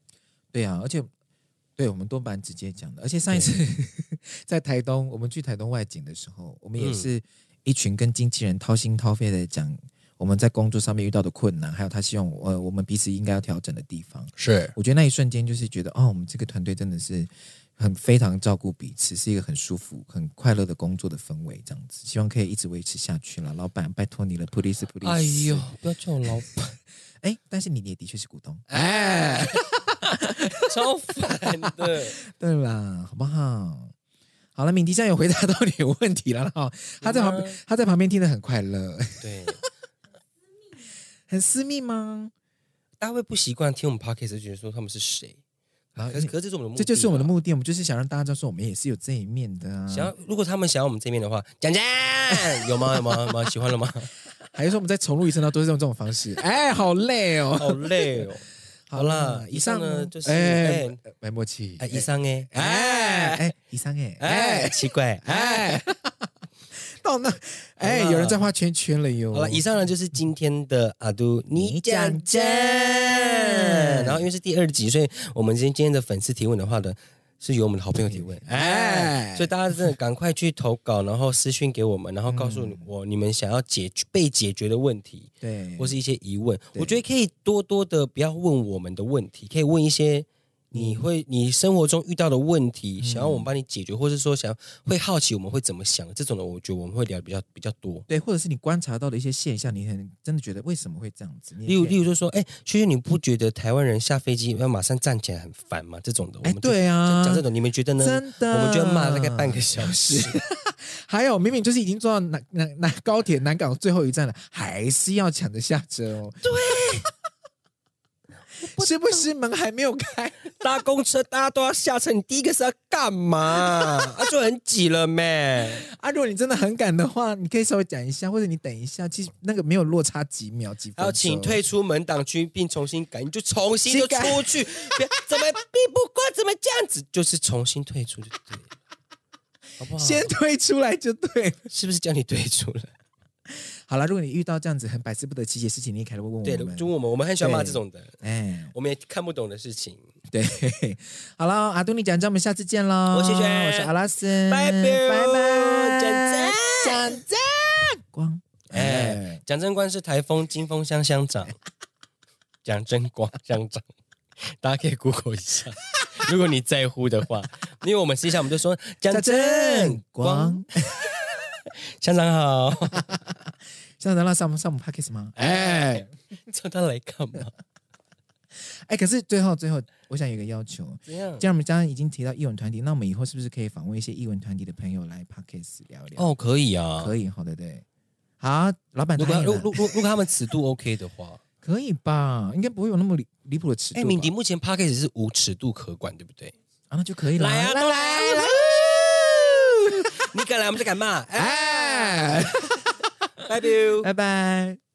[SPEAKER 2] 对啊，而且对我们都蛮直接讲的。而且上一次 在台东，我们去台东外景的时候，我们也
[SPEAKER 1] 嗯
[SPEAKER 2] 是一群跟经纪人掏心掏肺的讲我们在工作上面遇到的困难，还有他希望我呃我们彼此应该要调整的地方。
[SPEAKER 1] 是，
[SPEAKER 2] 我觉得那一瞬间就是觉得，哦，我们这个团队真的是很非常照顾彼此，是一个很舒服、很快乐的工作的氛围，这样子，希望可以一直维持下去了。老板，拜托你了，please please。
[SPEAKER 1] 哎呦，，不要叫我老 板，
[SPEAKER 2] 哎，但是你也的确是股东，
[SPEAKER 1] 哎，超烦的。
[SPEAKER 2] 对啦，好不好？好了，敏迪现在有回答到你的问题了啦哈，他在旁边
[SPEAKER 1] 有啊吗，
[SPEAKER 2] 他在旁边听得很快乐，
[SPEAKER 1] 对，
[SPEAKER 2] 很私密吗？
[SPEAKER 1] 大家会不习惯听我们 podcast，就觉得说他们是谁，
[SPEAKER 2] 然后
[SPEAKER 1] 可是可是这是我们的目啊的，
[SPEAKER 2] 啊这就是我们的。目的，我们就是想让大家知道说我们也是有这一面的啊。
[SPEAKER 1] 想要，如果他们想要我们这边的话，讲 讲有吗？有吗？有吗？喜欢了吗？
[SPEAKER 2] 还是说我们再重录一次呢？都是用这种方式，哎，好累哦。
[SPEAKER 1] 好累哦。好啦，嗯以
[SPEAKER 2] 以
[SPEAKER 1] 上
[SPEAKER 2] 上
[SPEAKER 1] 呢
[SPEAKER 2] 呢
[SPEAKER 1] 就是
[SPEAKER 2] 哎
[SPEAKER 1] 哎，
[SPEAKER 2] 没默契，
[SPEAKER 1] 哎，以上哎，
[SPEAKER 2] 哎
[SPEAKER 1] 哎
[SPEAKER 2] 哎，以上哎
[SPEAKER 1] 哎，
[SPEAKER 2] 哎
[SPEAKER 1] 奇怪哎。
[SPEAKER 2] 哎， 到那哎，
[SPEAKER 1] 好啦
[SPEAKER 2] 有人在画圈圈了哟。
[SPEAKER 1] 好了，以上呢就是今天的阿都你讲真。然后因为是第二集，所以我们今天今天的粉丝提问的话呢，是由我们的好朋友提问。
[SPEAKER 2] 哎，
[SPEAKER 1] 所以大家真的赶快去投稿，然后私讯给我们，然后告诉我你们想要解决被解决的问题，
[SPEAKER 2] 对，
[SPEAKER 1] 或是一些疑问。
[SPEAKER 2] 对
[SPEAKER 1] 我觉得可以多多的不要问我们的问题，可以问一些
[SPEAKER 2] 嗯
[SPEAKER 1] 你会你生活中遇到的问题，想要我们帮你解决，或是说想会好奇我们会怎么想这种的，我觉得我们会聊得比较比较多。
[SPEAKER 2] 对，或者是你观察到的一些现象，你很真的觉得为什么会这样子？
[SPEAKER 1] 例如，例如就说，哎、萱萱，你不觉得台湾人下飞机要马上站起来很烦吗？这种的，我
[SPEAKER 2] 哎，
[SPEAKER 1] 们就
[SPEAKER 2] 对啊，
[SPEAKER 1] 讲这种，你们觉得呢？
[SPEAKER 2] 真的，
[SPEAKER 1] 我们就要骂大概半个小 时。
[SPEAKER 2] 还有，明明就是已经坐到南南南高铁南港最后一站了，还是要抢着下车哦。 对，是不是门还没有开？
[SPEAKER 1] 搭公车大家都要下车，你第一个是要干嘛？啊，就很挤了咩？
[SPEAKER 2] 啊，如果你真的很赶的话，你可以稍微讲一下，或者你等一下，其实那个没有落差几秒几分钟。
[SPEAKER 1] 还有，请退出门挡区并重新改，你就重新就
[SPEAKER 2] 请改
[SPEAKER 1] 出去，别怎么避不过，怎么这样子，就是重新退出就对了，好不好？
[SPEAKER 2] 先退出来就对 了。
[SPEAKER 1] 是不是叫你退出了？
[SPEAKER 2] 好了，如果你遇到这样子很百思不得其解的事情，你也可以来问问
[SPEAKER 1] 对
[SPEAKER 2] 我
[SPEAKER 1] 了，
[SPEAKER 2] 们。
[SPEAKER 1] 就问我们，我们很喜欢骂这种的，
[SPEAKER 2] 哎，
[SPEAKER 1] 我们也看不懂的事情。
[SPEAKER 2] 对， 好了，阿杜你讲这，我们下次见喽。
[SPEAKER 1] 我是轩
[SPEAKER 2] 我是阿拉斯，
[SPEAKER 1] 拜拜
[SPEAKER 2] 拜拜，
[SPEAKER 1] 讲真
[SPEAKER 2] 讲真，光，
[SPEAKER 1] 哎
[SPEAKER 2] 哎，
[SPEAKER 1] 蒋正光是台风金风乡乡长， 蒋正光乡长，大家可以 Google 一下， 如果你在乎的话，因为我们私下我们就说蒋正
[SPEAKER 2] 讲真
[SPEAKER 1] 光
[SPEAKER 2] 光，
[SPEAKER 1] 乡长好，
[SPEAKER 2] 像咱那上上我们 p o d c a s 吗？哎。
[SPEAKER 1] 叫他来干嘛？
[SPEAKER 2] 哎，可是最后最后，我想有一个要求，
[SPEAKER 1] 怎样
[SPEAKER 2] 既？然我们刚刚已经提到艺文团体，那我们以后是不是可以访问一些艺文团体的朋友来 podcast 聊一聊？
[SPEAKER 1] 哦，可以啊，
[SPEAKER 2] 可以，好的，对。好，老板
[SPEAKER 1] 如
[SPEAKER 2] 答
[SPEAKER 1] 果
[SPEAKER 2] 应
[SPEAKER 1] 如
[SPEAKER 2] 了，
[SPEAKER 1] 如如如果他们尺度 OK 的话，
[SPEAKER 2] 可以吧？应该不会有那么离离谱的尺度
[SPEAKER 1] 哎，
[SPEAKER 2] 吧。
[SPEAKER 1] 敏迪目前 p a c k a g e 是无尺度可管，对不对？
[SPEAKER 2] 啊，那就可以了。
[SPEAKER 1] 来啊
[SPEAKER 2] 来
[SPEAKER 1] 都
[SPEAKER 2] 来
[SPEAKER 1] 来
[SPEAKER 2] 来，
[SPEAKER 1] 你敢来，我们就敢骂。哎，
[SPEAKER 2] 哎，
[SPEAKER 1] 拜拜。
[SPEAKER 2] 拜拜。